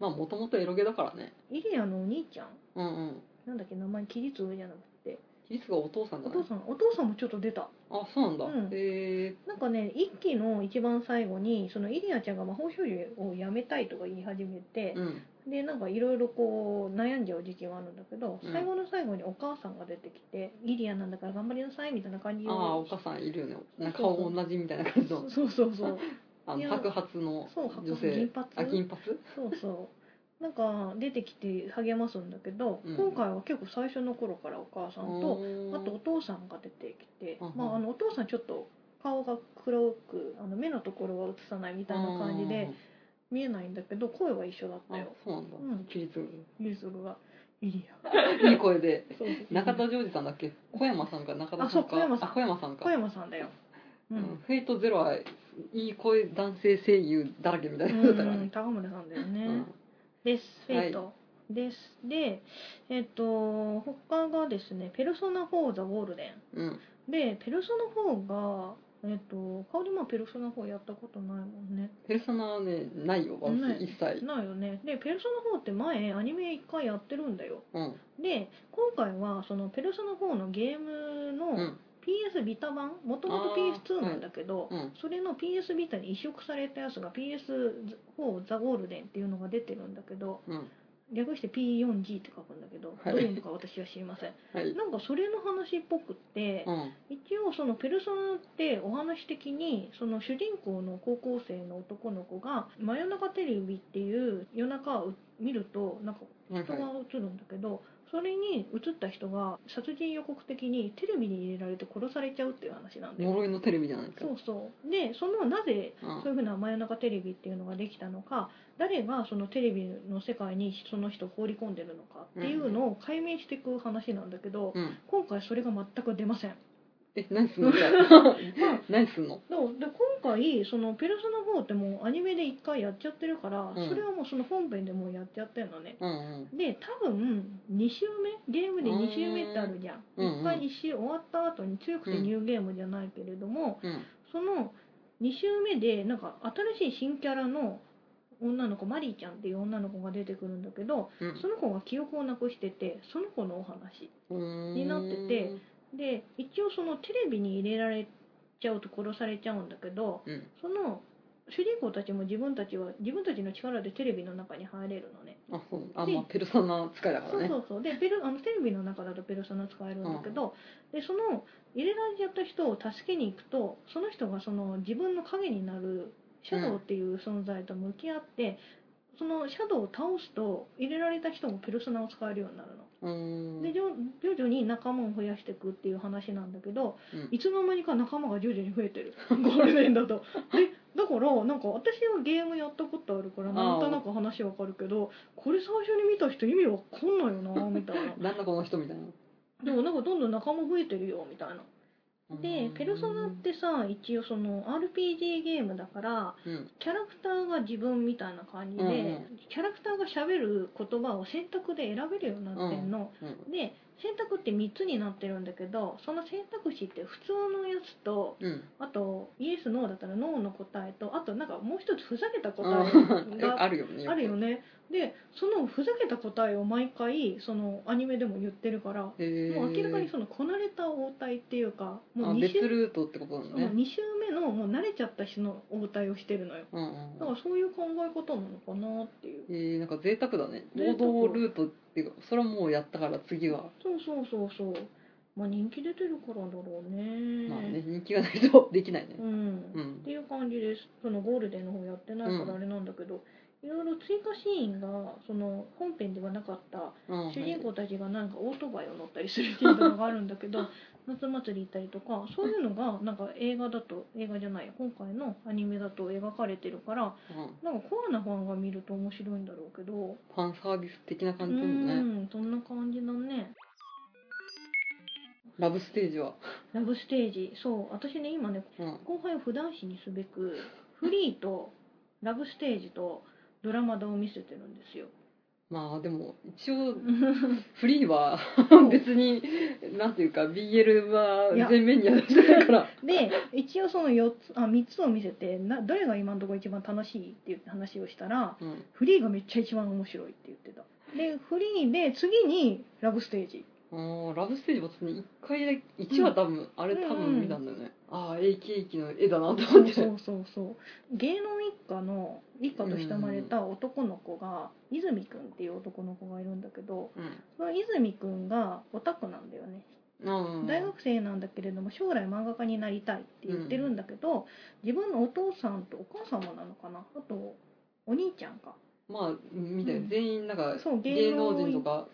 Speaker 2: まあもともとエロゲだからね
Speaker 1: イリアのお兄ちゃん
Speaker 2: うんうん
Speaker 1: なんだっけ名前キリツウじゃなくて
Speaker 2: リスがお父さんじ
Speaker 1: お
Speaker 2: ゃない
Speaker 1: 父さんお父さんもちょっと出た
Speaker 2: あそうなんだ、
Speaker 1: うん
Speaker 2: え
Speaker 1: なんかね一期の一番最後にそのイリアちゃんが魔法少女をやめたいとか言い始めて
Speaker 2: ー、うん
Speaker 1: でなんかいろいろこう悩んじゃう時期があるんだけど、
Speaker 2: うん
Speaker 1: 最後の最後にお母さんが出てきて「イリアなんだから頑張りなさい」みたいな感じ
Speaker 2: ああお
Speaker 1: を
Speaker 2: 母さんいるよねなんか
Speaker 1: そうそ
Speaker 2: 顔
Speaker 1: う
Speaker 2: 同じみたいな感じの
Speaker 1: そうそうそう
Speaker 2: あ
Speaker 1: いや
Speaker 2: の白髪の
Speaker 1: そう
Speaker 2: 女
Speaker 1: 白髪
Speaker 2: 性
Speaker 1: 銀髪
Speaker 2: あ金髪
Speaker 1: そうそうなんか出てきて励ますんだけど、
Speaker 2: うん
Speaker 1: 今回は結構最初の頃からお母さんとあとお父さんが出てきて、
Speaker 2: うんうん
Speaker 1: まあ、あのお父さんちょっと顔が黒くあの目のところは映さないみ
Speaker 2: み
Speaker 1: たいな感じで見えないんだけど声は一緒だった
Speaker 2: あ
Speaker 1: よ
Speaker 2: そうなんだ、
Speaker 1: うん
Speaker 2: キリツ
Speaker 1: ユースルが「イリア
Speaker 2: いい声で」
Speaker 1: そうそう
Speaker 2: 中田ジョージさんだっけ小山さんか中田
Speaker 1: あそう
Speaker 2: さ
Speaker 1: ん
Speaker 2: か
Speaker 1: 小山さん
Speaker 2: あ小山さんか
Speaker 1: 小山さんだよ、う
Speaker 2: うんん、フェイトゼロはいい声男性声優だらけみたいな人だから
Speaker 1: うん
Speaker 2: ね、
Speaker 1: 高村さんだよ
Speaker 2: う
Speaker 1: ね、
Speaker 2: ん
Speaker 1: ですフェイト、ですでえっと他がですね「ペルソナ4ザ・ゴールデン
Speaker 2: うん」
Speaker 1: で「ペルソナ4」がえっと薫もペルソナ4やったことないもんね
Speaker 2: ペルソナはねないよ
Speaker 1: な
Speaker 2: 私
Speaker 1: い
Speaker 2: 一切
Speaker 1: ないよねでペルソナ4って前アニメ1回やってるんだよ
Speaker 2: うん
Speaker 1: で今回はそのペルソナ4のゲーム
Speaker 2: う
Speaker 1: の
Speaker 2: ん
Speaker 1: PS ビタ版もともと
Speaker 2: あー
Speaker 1: PS2 なんだけど、
Speaker 2: うん
Speaker 1: それの PS ビタに移植されたやつが PS4 ザゴールデンっていうのが出てるんだけど
Speaker 2: うん
Speaker 1: 略して P4G って書くんだけど、
Speaker 2: は
Speaker 1: ど
Speaker 2: い
Speaker 1: ういうのか私は知りません
Speaker 2: はい
Speaker 1: なんかそれの話っぽくって、
Speaker 2: うん
Speaker 1: 一応そのペルソナってお話的にその主人公の高校生の男の子が真夜中テレビっていう夜中を見るとなんか
Speaker 2: はい
Speaker 1: 人
Speaker 2: はい
Speaker 1: が映るんだけど、それに映った人が殺人予告的にテレビに入れられて殺されちゃうっていう話なんだよ。
Speaker 2: 呪いのテレビじゃないですか
Speaker 1: そうそうでそのなぜ
Speaker 2: うん
Speaker 1: そういうふうな真夜中テレビっていうのができたのか誰がそのテレビの世界にその人を放り込んでるのかっていうのを解明していく話なんだけど、
Speaker 2: うん
Speaker 1: 今回それが全く出ません。
Speaker 2: え何
Speaker 1: <laughs>
Speaker 2: すんのじゃあ何すんの
Speaker 1: でもで今回その「ペルソナ4」ってもうアニメで1回やっちゃってるから、
Speaker 2: ん
Speaker 1: それはもうその本編でもうやっちゃってるのね
Speaker 2: うんうん
Speaker 1: で多分2周目ゲームで2周目ってあるじゃん、
Speaker 2: うんうん
Speaker 1: 1回2周終わった後に強くてニューゲームじゃないけれども、
Speaker 2: うん
Speaker 1: その2周目でなんか新しい新キャラの女の子マリーちゃんっていう女の子が出てくるんだけど
Speaker 2: う
Speaker 1: その子が記憶をなくしててその子のお話
Speaker 2: ん
Speaker 1: になっててで一応そのテレビに入れられちゃうと殺されちゃうんだけど、
Speaker 2: うん
Speaker 1: その主人公たちも自分たちは自分たちの力でテレビの中に入れるのね
Speaker 2: あそうあ
Speaker 1: で
Speaker 2: まあペルソナ使いだか
Speaker 1: そ
Speaker 2: ら
Speaker 1: う
Speaker 2: ね
Speaker 1: そうそうでペルあのテレビの中だとペルソナ使えるんだけど、でその入れられちゃった人を助けに行くとその人がその自分の影になるシャドウっていう存在と向き合って、そのシャドウを倒すと入れられた人もペルソナを使えるようになるの、
Speaker 2: うーん
Speaker 1: でじょ徐々に仲間を増やしていくっていう話なんだけど、
Speaker 2: うん
Speaker 1: いつの間にか仲間が徐々に増えてる <laughs> ゴールデンだとでだからなんか私はゲームやったことあるから
Speaker 2: あー
Speaker 1: なんとなく話わかるけどこれ最初に見た人意味わかんないよなみたい
Speaker 2: <laughs>
Speaker 1: な
Speaker 2: なんだこの人みたいな
Speaker 1: でもなんかどんどん仲間増えてるよみたいなで「ペルソナ」ってさ一応その RPG ゲームだから
Speaker 2: うん
Speaker 1: キャラクターが自分みたいな感じで、
Speaker 2: うんうん
Speaker 1: キャラクターがしゃべる言葉を選択で選べるようになってんの、
Speaker 2: うん
Speaker 1: で選択って3つになってるんだけどその選択肢って普通のやつと
Speaker 2: うん
Speaker 1: あとイエスノーだったらノーの答えとあとなんかもう一つふざけた答
Speaker 2: うん
Speaker 1: え
Speaker 2: え
Speaker 1: が
Speaker 2: あるよね
Speaker 1: あるよねでそのふざけた答えを毎回そのアニメでも言ってるからも
Speaker 2: へー
Speaker 1: う明らかにそのこなれた応対っていうかも
Speaker 2: あ
Speaker 1: う2
Speaker 2: 別
Speaker 1: 週
Speaker 2: ルートってことだ
Speaker 1: もう
Speaker 2: ね
Speaker 1: 二週目のもう慣れちゃった人の応対をしてるのよ
Speaker 2: うん
Speaker 1: だ
Speaker 2: う
Speaker 1: か
Speaker 2: ん
Speaker 1: らそういう考え方なのかなっていう
Speaker 2: えー、なんか贅沢だね
Speaker 1: 贅
Speaker 2: 王
Speaker 1: 沢
Speaker 2: 道ルートっていうかそれはもうやったから次は
Speaker 1: そうそうそうそうまあ人気出てるからだろうね
Speaker 2: まあね人気がないとできないね
Speaker 1: うん
Speaker 2: う
Speaker 1: っ
Speaker 2: ん
Speaker 1: ていう感じですそのゴールデンの方やってないか
Speaker 2: う
Speaker 1: ら
Speaker 2: ん
Speaker 1: あれなんだけど、いろいろ追加シーンがその本編ではなかった
Speaker 2: うん
Speaker 1: 主人公たちがなんかオートバイを乗ったりするシーンとかがあるんだけ
Speaker 2: <laughs>
Speaker 1: ど夏祭り行ったりとかそういうのがなんか映画だと映画じゃない今回のアニメだと描かれてるから
Speaker 2: はいうん
Speaker 1: なんかコアなファンが見ると面白いんだろうけど
Speaker 2: ファンサービス的な感じだ
Speaker 1: う
Speaker 2: もんね
Speaker 1: んそんな感じだね
Speaker 2: ラブステージは、
Speaker 1: ラブステージそう私ね今ね
Speaker 2: うん、
Speaker 1: 後輩を普段子にすべくフリーとラブステージとドラマだを見せてるんですよ
Speaker 2: まあでも一応フリーは別になんていうか BL はい
Speaker 1: や
Speaker 2: 全面には出してないから
Speaker 1: で一応その4つあ3つを見せてなどれが今のところ一番楽しいっていう話をしたら
Speaker 2: うん
Speaker 1: フリーがめっちゃ一番面白いって言ってたでフリーで次にラブステージ
Speaker 2: あーラブステージ私ね一回だけ1話多分、あれ多分見たんだよね、ああー AKK の絵だなと
Speaker 1: そ
Speaker 2: 思っ
Speaker 1: う
Speaker 2: て
Speaker 1: そうそうそう芸能一家の一家として生まれた男の子が泉くんっていう男の子がいるんだけどその泉くんがオタクなんだよね
Speaker 2: うん、うん、
Speaker 1: 大学生なんだけれども将来漫画家になりたいって言ってるんだけど、自分のお父さんとお母様なのかなあとお兄ちゃんか
Speaker 2: まあみたいな、
Speaker 1: うん
Speaker 2: 全員なんか
Speaker 1: そう
Speaker 2: 芸
Speaker 1: 芸
Speaker 2: 能
Speaker 1: 能
Speaker 2: 人とか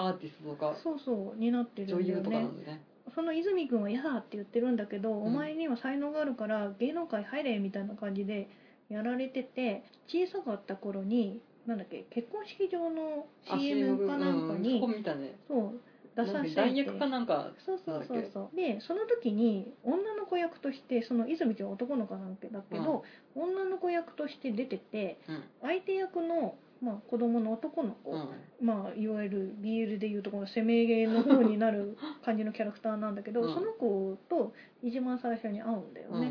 Speaker 2: アーティストとか
Speaker 1: そうそうになってる
Speaker 2: 女
Speaker 1: んだ
Speaker 2: 優
Speaker 1: よ
Speaker 2: とかな
Speaker 1: ね
Speaker 2: んでね
Speaker 1: その泉君は「嫌だ」って言ってるんだけど、
Speaker 2: ん
Speaker 1: お前には才能があるから芸能界入れみたいな感じでやられてて小さかった頃になんだっけ結婚式場の
Speaker 2: あ
Speaker 1: CM かなんか
Speaker 2: うん、そ
Speaker 1: に、
Speaker 2: こ見たね
Speaker 1: そう
Speaker 2: な
Speaker 1: 出
Speaker 2: ん
Speaker 1: さ
Speaker 2: か
Speaker 1: せて
Speaker 2: 代役かなんか
Speaker 1: そうそうそうそうでその時に女の子役としてその泉ちゃんは男の子なんだけど、女の子役として出てて
Speaker 2: うん
Speaker 1: 相手役のまあ、子供の男の子、
Speaker 2: うん
Speaker 1: まあ、いわゆる BL でいうとこの攻めゲーの方になる感じのキャラクターなんだけど、
Speaker 2: うん
Speaker 1: その子と一番最初に会うんだよ
Speaker 2: うんう
Speaker 1: ね、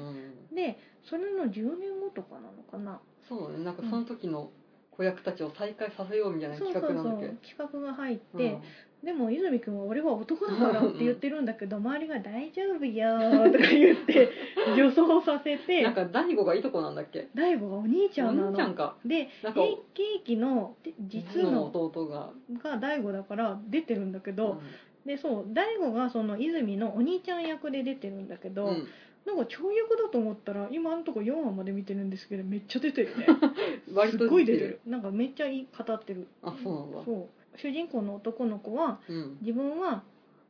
Speaker 2: ん、
Speaker 1: でそれの10年後とかなのかな
Speaker 2: そうだねなんかその時の子役たちを再会させようみたいな
Speaker 1: そうそ
Speaker 2: 企
Speaker 1: うそ
Speaker 2: 画
Speaker 1: う
Speaker 2: なんだっけ
Speaker 1: 企画が入っ
Speaker 2: うん
Speaker 1: て、でも泉君は「俺は男だから」って言ってるんだけど周りが「大丈夫よ」とか言
Speaker 2: <laughs>
Speaker 1: って予想させ
Speaker 2: なん
Speaker 1: て
Speaker 2: か第五がいとこなんだっけ
Speaker 1: 大悟がお兄ちゃ
Speaker 2: お
Speaker 1: んなの
Speaker 2: 兄ちゃんか
Speaker 1: で
Speaker 2: なんか
Speaker 1: ケーケーキので実の
Speaker 2: 弟が、
Speaker 1: が大悟だから出てるんだけ
Speaker 2: う
Speaker 1: ど、でそう大悟がその泉のお兄ちゃん役で出てるんだけど、
Speaker 2: んうん
Speaker 1: なんか超役だと思ったら今のとこ4話まで見てるんですけどめっちゃ出てるね
Speaker 2: 割
Speaker 1: す
Speaker 2: と
Speaker 1: っごい出てるなんかめっちゃいい語ってる
Speaker 2: あそうなんだ
Speaker 1: そう主人公の男の子は
Speaker 2: うん
Speaker 1: 自分は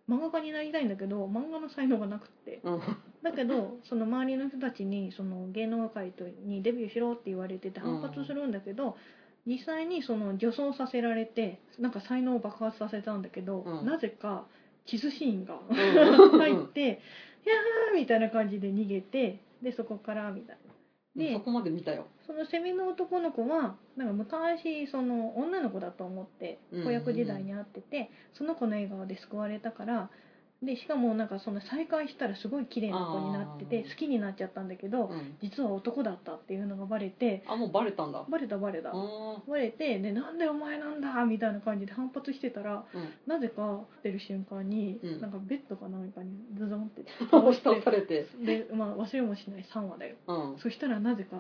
Speaker 1: 漫画家になりたいんだけど漫画の才能がなくて
Speaker 2: うん
Speaker 1: だけ
Speaker 2: <laughs>
Speaker 1: どその周りの人たちにその芸能界とにデビューしろって言われてて反発するんだけど、実際にその女装させられてなんか才能を爆発させたんだけど、
Speaker 2: うん
Speaker 1: なぜかキスシーンが
Speaker 2: うん
Speaker 1: 入って「いやー!」みたいな感じで逃げてでそこからみたいな。で
Speaker 2: そこまで見たよ
Speaker 1: そのセミの男の子はなんか昔その女の子だと思って
Speaker 2: うん
Speaker 1: 子役時代に会ってて、その子の笑顔で救われたからでしかもなんかその再会したらすごい綺麗な子になってて
Speaker 2: あー
Speaker 1: 好きになっちゃったんだけど、
Speaker 2: うん
Speaker 1: 実は男だったっていうのがバレて
Speaker 2: あもうバレたんだ
Speaker 1: バレたバレた、
Speaker 2: あー
Speaker 1: バレてでなんでお前なんだみたいな感じで反発してたら
Speaker 2: うん
Speaker 1: なぜか出る瞬間に、
Speaker 2: うん
Speaker 1: なんかベッドか何かにズドンっ
Speaker 2: <laughs>
Speaker 1: て
Speaker 2: 倒
Speaker 1: 倒
Speaker 2: し
Speaker 1: してて
Speaker 2: されて
Speaker 1: で、まあ、忘れもしない3話だよ。
Speaker 2: うん
Speaker 1: そしたらなぜか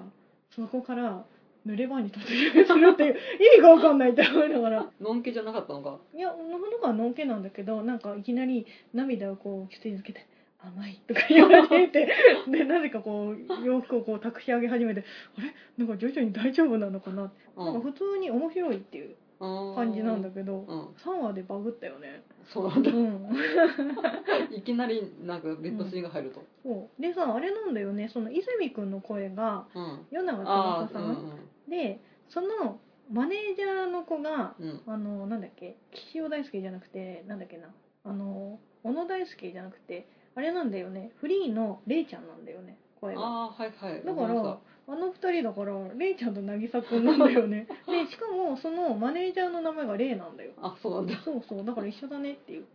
Speaker 1: そこから濡れ場に突入するっていう意味がわかんないって思いながら
Speaker 2: のんけじゃなかったのか
Speaker 1: いやのほのかはのんけなんだけどなんかいきなり涙をこうきついづけて「甘い」とか言われ <laughs> ててでなぜかこう洋服をこう託し上げ始めてあれなんか徐々に大丈夫なのかなって
Speaker 2: う
Speaker 1: なんか
Speaker 2: ん
Speaker 1: 普通に面白いっていう感じなんだけど
Speaker 2: うん
Speaker 1: 3話でバグったよね
Speaker 2: そうなんだ
Speaker 1: うん
Speaker 2: いきなりなんかベッドシーンが入ると
Speaker 1: そうでさあれなんだよねその泉くんの声が
Speaker 2: うん
Speaker 1: 与永翼
Speaker 2: ああ
Speaker 1: さ
Speaker 2: うん
Speaker 1: んでそのマネージャーの子が
Speaker 2: うんうん
Speaker 1: あのなんだっけ岸尾大輔じゃなくてなんだっけなあの小野大輔じゃなくてあれなんだよねフリーのレイちゃんなんだよね声が
Speaker 2: ああはいはい
Speaker 1: だ
Speaker 2: ご
Speaker 1: か
Speaker 2: めんな
Speaker 1: ら
Speaker 2: さ
Speaker 1: あの二人だからレイちゃんと渚くんなんだよね
Speaker 2: <laughs>
Speaker 1: でしかもそのマネージャーの名前がレイなんだよ
Speaker 2: いあそうなんだ
Speaker 1: そうそうだから一緒だねっていう、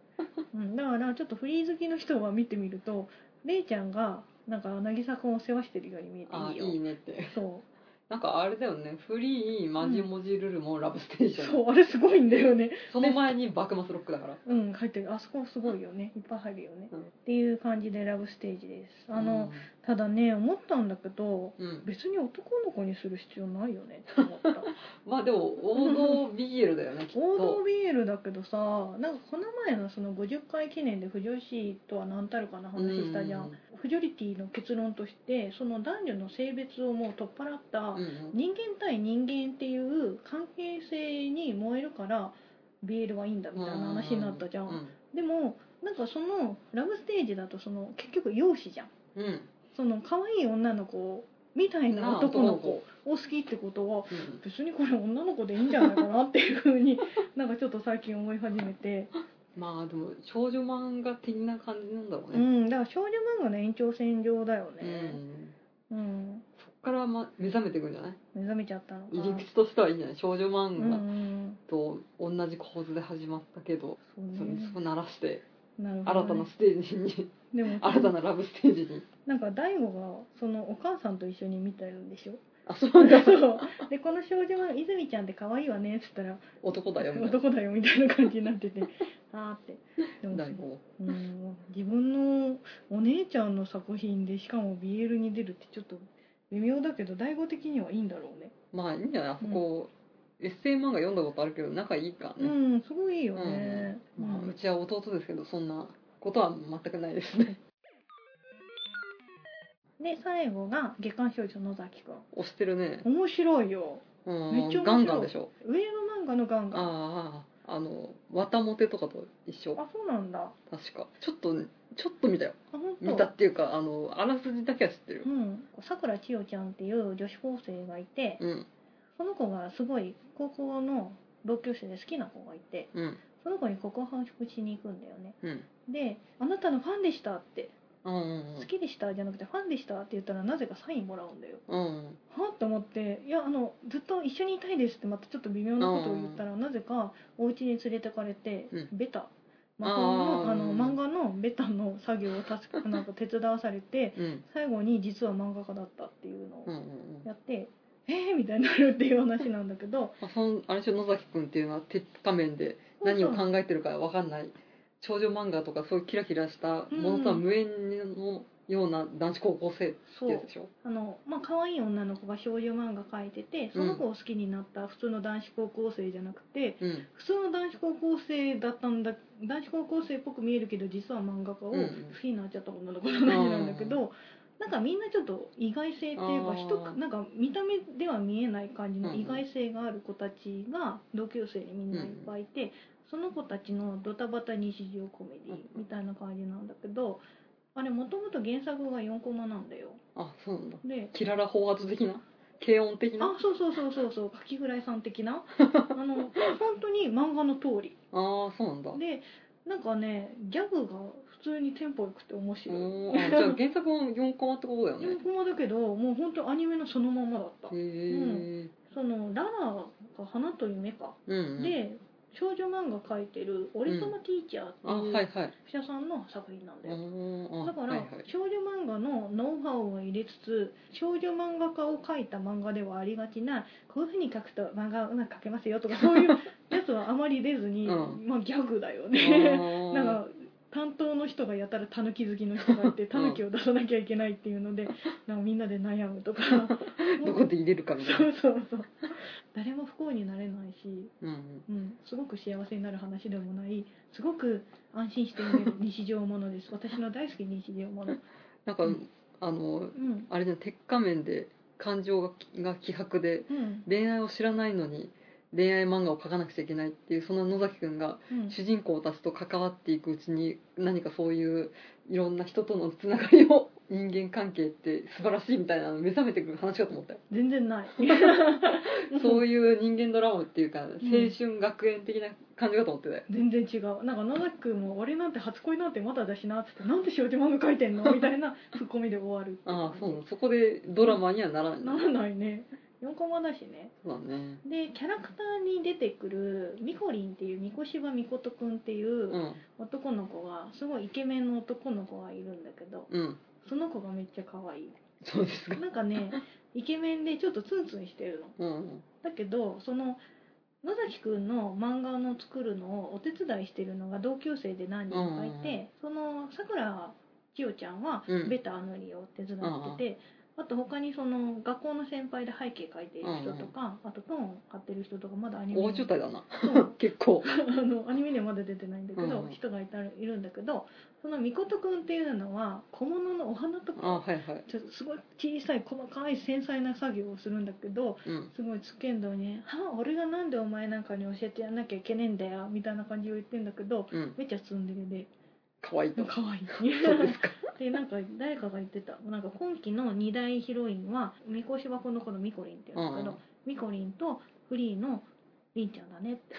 Speaker 1: うん、だからちょっとフリー好きの人は見てみるとレイちゃんがなんか渚くんを世話してるように見えて
Speaker 2: あ
Speaker 1: いいよ
Speaker 2: いいねって
Speaker 1: そう
Speaker 2: なんかあれだよねフリーマジモジルルもラブステーション
Speaker 1: そうあれすごいんだよね
Speaker 2: その前に幕末ロックだから。
Speaker 1: うん入ってるあそこすごいよねいっぱい入るよね、
Speaker 2: うん
Speaker 1: っていう感じでラブステージですあの、ただね思ったんだけど
Speaker 2: うん、うん、
Speaker 1: 別に男の子にする必要ないよねって思った
Speaker 2: <laughs> まあでも王道 BL だよねきっ
Speaker 1: 王道
Speaker 2: と。
Speaker 1: ビールだけどさなんかこの前のその50回記念で不女子とは何たるかの話したじゃん、
Speaker 2: うん
Speaker 1: フジョリティの結論としてその男女の性別をもう取っ払った、
Speaker 2: うんうん
Speaker 1: 人間対人間っていう関係性に燃えるからビールはいいんだみたいな話になったじゃん、
Speaker 2: うん
Speaker 1: でもなんかそのラブステージだとその結局容姿じゃん
Speaker 2: うん
Speaker 1: その可愛い女の子みたいな男の子を好きってことは
Speaker 2: うん
Speaker 1: 別にこれ女の子でいいんじゃないかなっていうふう
Speaker 2: <laughs>
Speaker 1: になんかちょっと最近思い始めて、
Speaker 2: まあでも少女漫画的な感じなんだろう
Speaker 1: う
Speaker 2: ね。
Speaker 1: ん、だから少女漫画の延長線上だよ
Speaker 2: うん
Speaker 1: ね、うん
Speaker 2: そっから、ま、目覚めていくんじゃない
Speaker 1: 目覚めちゃったのか
Speaker 2: 入り口としてはいいんじゃない少女
Speaker 1: うん
Speaker 2: 漫
Speaker 1: う
Speaker 2: 画
Speaker 1: ん
Speaker 2: と同じ構図で始まったけど、
Speaker 1: そうね
Speaker 2: それそこ鳴らして
Speaker 1: なるほ
Speaker 2: 新
Speaker 1: ど
Speaker 2: た
Speaker 1: ね、
Speaker 2: なステージに
Speaker 1: でも
Speaker 2: 新たなラブステージに。
Speaker 1: なんか大悟がそのお母さんと一緒に見たんでしょ
Speaker 2: あそうなん
Speaker 1: <laughs>
Speaker 2: だ
Speaker 1: そうでこの少女は「泉ちゃんって可愛いわね」っつったら
Speaker 2: 男だよみたい
Speaker 1: 男だよみたいな感じになって
Speaker 2: <laughs>
Speaker 1: てあーってで
Speaker 2: な。
Speaker 1: も
Speaker 2: 大悟
Speaker 1: うん自分のお姉ちゃんの作品でしかも BL に出るってちょっと微妙だけど醍醐的にはいいんだろうね
Speaker 2: まあいいんじゃないあそこ、エッセイ漫画読んだことあるけど仲いいからね。
Speaker 1: うんすごいいいよね、
Speaker 2: うんまあ、
Speaker 1: うん
Speaker 2: うちは弟ですけどそんなことは全くないですね
Speaker 1: で最後が「月刊少女野崎くん
Speaker 2: 押してるね」
Speaker 1: 面白いよ
Speaker 2: うん
Speaker 1: めっちゃ面白い
Speaker 2: ガンガンでしょ
Speaker 1: ウェーブ漫画のガンガンあ
Speaker 2: あああの綿モテとかと一緒
Speaker 1: そうなんだあ
Speaker 2: 確かちょっとちょっと見たよ
Speaker 1: 本当
Speaker 2: 見たっていうかあのあらすじだけは知ってる
Speaker 1: うん、さくら千代ちゃんっていう女子高生がいて、
Speaker 2: うん
Speaker 1: その子がすごい高校の同級生で好きな子がいて
Speaker 2: うん
Speaker 1: その子に告白しに行くんだよね
Speaker 2: うん
Speaker 1: で「あなたのファンでした」って
Speaker 2: うんうん
Speaker 1: 好きでしたじゃなくてファンでしたって言ったらなぜかサインもらうんだよ
Speaker 2: うん
Speaker 1: はっと思って「いやあのずっと一緒にいたいです」ってまたちょっと微妙なことを言ったらなぜかお家に連れてかれて
Speaker 2: うん
Speaker 1: ベタ魔法
Speaker 2: あ
Speaker 1: の
Speaker 2: ー
Speaker 1: あの漫画のベタの作業をたす <laughs> なんか手伝わされて
Speaker 2: うん
Speaker 1: 最後に実は漫画家だったっていうの
Speaker 2: うんう
Speaker 1: を
Speaker 2: んうん
Speaker 1: やって「えー!」みたいになるっていう話なんだけど
Speaker 2: まあ、そのあれでしょ野崎君っていうのは鉄仮面で何を考えてるかわかんない少女漫画とかそういうキラキラしたものとは無縁のような男子高校生って
Speaker 1: そう
Speaker 2: やつでしょ
Speaker 1: あのまあ可愛い女の子が少女漫画描いててその子を好きになった普通の男子高校生じゃなくて
Speaker 2: うん
Speaker 1: 普通の男子高校生だったんだ男子高校生っぽく見えるけど実は漫画家を
Speaker 2: う
Speaker 1: 好
Speaker 2: ん
Speaker 1: きになっちゃった女の子の話なんだけど、なんかみんなちょっと意外性っていう
Speaker 2: あ
Speaker 1: か
Speaker 2: ー
Speaker 1: 人なんか見た目では見えない感じの
Speaker 2: うん
Speaker 1: 意外性がある子たちが同級生にみんないっぱいいて、その子たちのドタバタ日常コメディみたいな感じなんだけどあれもともと原作が4コマなんだよ。
Speaker 2: あそうなんだ
Speaker 1: で
Speaker 2: キララ法圧的な軽音的な
Speaker 1: あそうそうそうそうそうかきフライさん的
Speaker 2: <laughs>
Speaker 1: なあの本当に漫画の通り
Speaker 2: あーそうなんだ
Speaker 1: でなんかねギャグが普通にテンポよくて面白い、
Speaker 2: おーあじゃあ
Speaker 1: <laughs>
Speaker 2: 原作は4コマってことだよね
Speaker 1: 4コマだけどもう本当アニメのそのままだった
Speaker 2: へえ
Speaker 1: そのララが花と夢か、
Speaker 2: うんうん
Speaker 1: で少女漫画描いてる「俺様ティーチャー」って
Speaker 2: あはいいうは
Speaker 1: 記
Speaker 2: い
Speaker 1: 者さんの作品なんだよ、
Speaker 2: おーあ
Speaker 1: だから、
Speaker 2: はいはい
Speaker 1: 少女漫画のノウハウを入れつつ少女漫画家を描いた漫画ではありがちなこういうふうに描くと漫画はうまく描けますよ
Speaker 2: <laughs>
Speaker 1: とかそういうやつはあまり出ずに、
Speaker 2: うん
Speaker 1: まあギャグだよ
Speaker 2: あ
Speaker 1: ね <laughs>
Speaker 2: ー
Speaker 1: なんか担当の人がやたらタヌキ好きの人がいてタヌキを出さなきゃいけないっていうの
Speaker 2: <laughs>
Speaker 1: でなんかみんなで悩むとか
Speaker 2: どこで入れるかみたい
Speaker 1: そ
Speaker 2: な
Speaker 1: うそうそう誰も不幸になれないし、
Speaker 2: うんうん
Speaker 1: うん、すごく幸せになる話でもないすごく安心して読める日常ものです私の大好き日常もの
Speaker 2: なんか
Speaker 1: うん
Speaker 2: あの
Speaker 1: うん
Speaker 2: あれじゃん鉄仮面で感情がが希薄で
Speaker 1: うん
Speaker 2: 恋愛を知らないのに恋愛漫画を描かなくちゃいけないっていうその野崎くんが
Speaker 1: うん
Speaker 2: 主人公たちと関わっていくうちに何かそういういろんな人とのつながりを人間関係って素晴らしいみたいなのを目覚めてくる話かと思ったよ、
Speaker 1: 全然ない
Speaker 2: <laughs> そういう人間ドラマっていうか青春学園的な感じかと思ってたよ、
Speaker 1: 全然違うなんか野崎君も「俺なんて初恋なんてまだだしな」っつって「なんで少女漫画描いてんの?」みたいな <laughs> ツッコミで終わるってい
Speaker 2: ああそうな
Speaker 1: 感
Speaker 2: のそこでドラマにはならない
Speaker 1: じ
Speaker 2: んだ
Speaker 1: ならないね4コマだしね
Speaker 2: そうだね
Speaker 1: でキャラクターに出てくるミコリンっていうミコシバミコトくんっていうう、
Speaker 2: ん
Speaker 1: 男の子がすごいイケメンの男の子がいるんだけど
Speaker 2: うん
Speaker 1: その子がめっちゃ可愛い
Speaker 2: そうですか
Speaker 1: なんか
Speaker 2: <laughs>
Speaker 1: ねイケメンでちょっとツンツンしてるの
Speaker 2: うん
Speaker 1: だけどその野崎くんの漫画の作るのをお手伝いしてるのが同級生で何人かいて、そのさくらきよちゃんは
Speaker 2: うん
Speaker 1: ベタ塗りを手伝ってて、あと他にその学校の先輩で背景描いてる人とか、あとトーン買ってる人とかまだアニメに
Speaker 2: 大所帯だな
Speaker 1: そう
Speaker 2: <laughs> 結構
Speaker 1: <laughs> あのアニメにはまだ出てないんだけど、
Speaker 2: うん
Speaker 1: 人がいたいるんだけどそのみことくんっていうのは小物のお花と
Speaker 2: ああ
Speaker 1: か
Speaker 2: はいはい
Speaker 1: ちょっとすごい小さい細かい繊細な作業をするんだけど
Speaker 2: うん
Speaker 1: すごいつけんどに「はあ俺がなんでお前なんかに教えてやんなきゃいけねえんだよ」みたいな感じを言ってんだけど
Speaker 2: うん
Speaker 1: めっちゃツンデレで
Speaker 2: 可愛いと
Speaker 1: <laughs> 可愛い
Speaker 2: そうです <laughs> か
Speaker 1: <laughs> でなんか誰かが言ってたなんか今期の2大ヒロインはみこし箱の子のみこりんって言うんだけど、
Speaker 2: うん
Speaker 1: みこりんとフリーのりんちゃんだね <laughs> って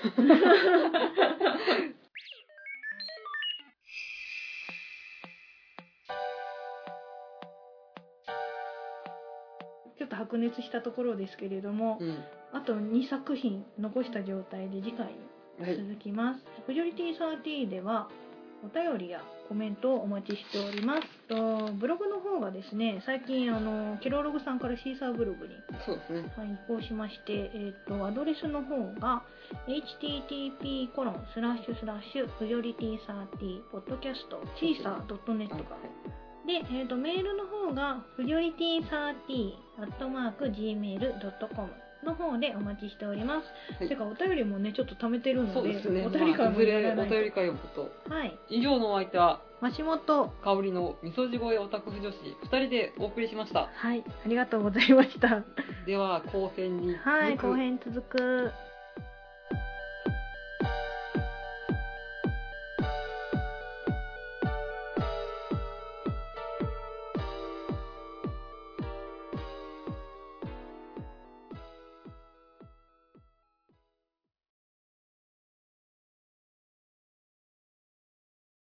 Speaker 1: ちょっと白熱したところですけれども、
Speaker 2: うん
Speaker 1: あと2作品残した状態で次回に
Speaker 2: はい
Speaker 1: 続きます。フジョリティサーティーではお便りやコメントをお待ちしております。とブログの方がですね、最近あのケロログさんからシーサーブログに
Speaker 2: そうですね
Speaker 1: はい、移行しまして、えっとアドレスの方が http コロンスラッシュスラッシュフジョリティサーティーポッドキャストシーサー .net
Speaker 2: はい
Speaker 1: かで、えー、とメールの方がフジョリティサーティーアットマーク gmail.com の方でお待ちしております、
Speaker 2: はい
Speaker 1: てかお便りもねちょっと貯めてるので
Speaker 2: そうですね
Speaker 1: お便りから
Speaker 2: ま
Speaker 1: も
Speaker 2: あいず
Speaker 1: や
Speaker 2: れ
Speaker 1: らな
Speaker 2: お
Speaker 1: いと
Speaker 2: 便り会をこと
Speaker 1: はい
Speaker 2: 以上のお相手は
Speaker 1: マシモト
Speaker 2: 香りの味噌地声オタク婦女子2人でお送りしました
Speaker 1: はいありがとうございました
Speaker 2: では後編に続く、
Speaker 1: はい後編続く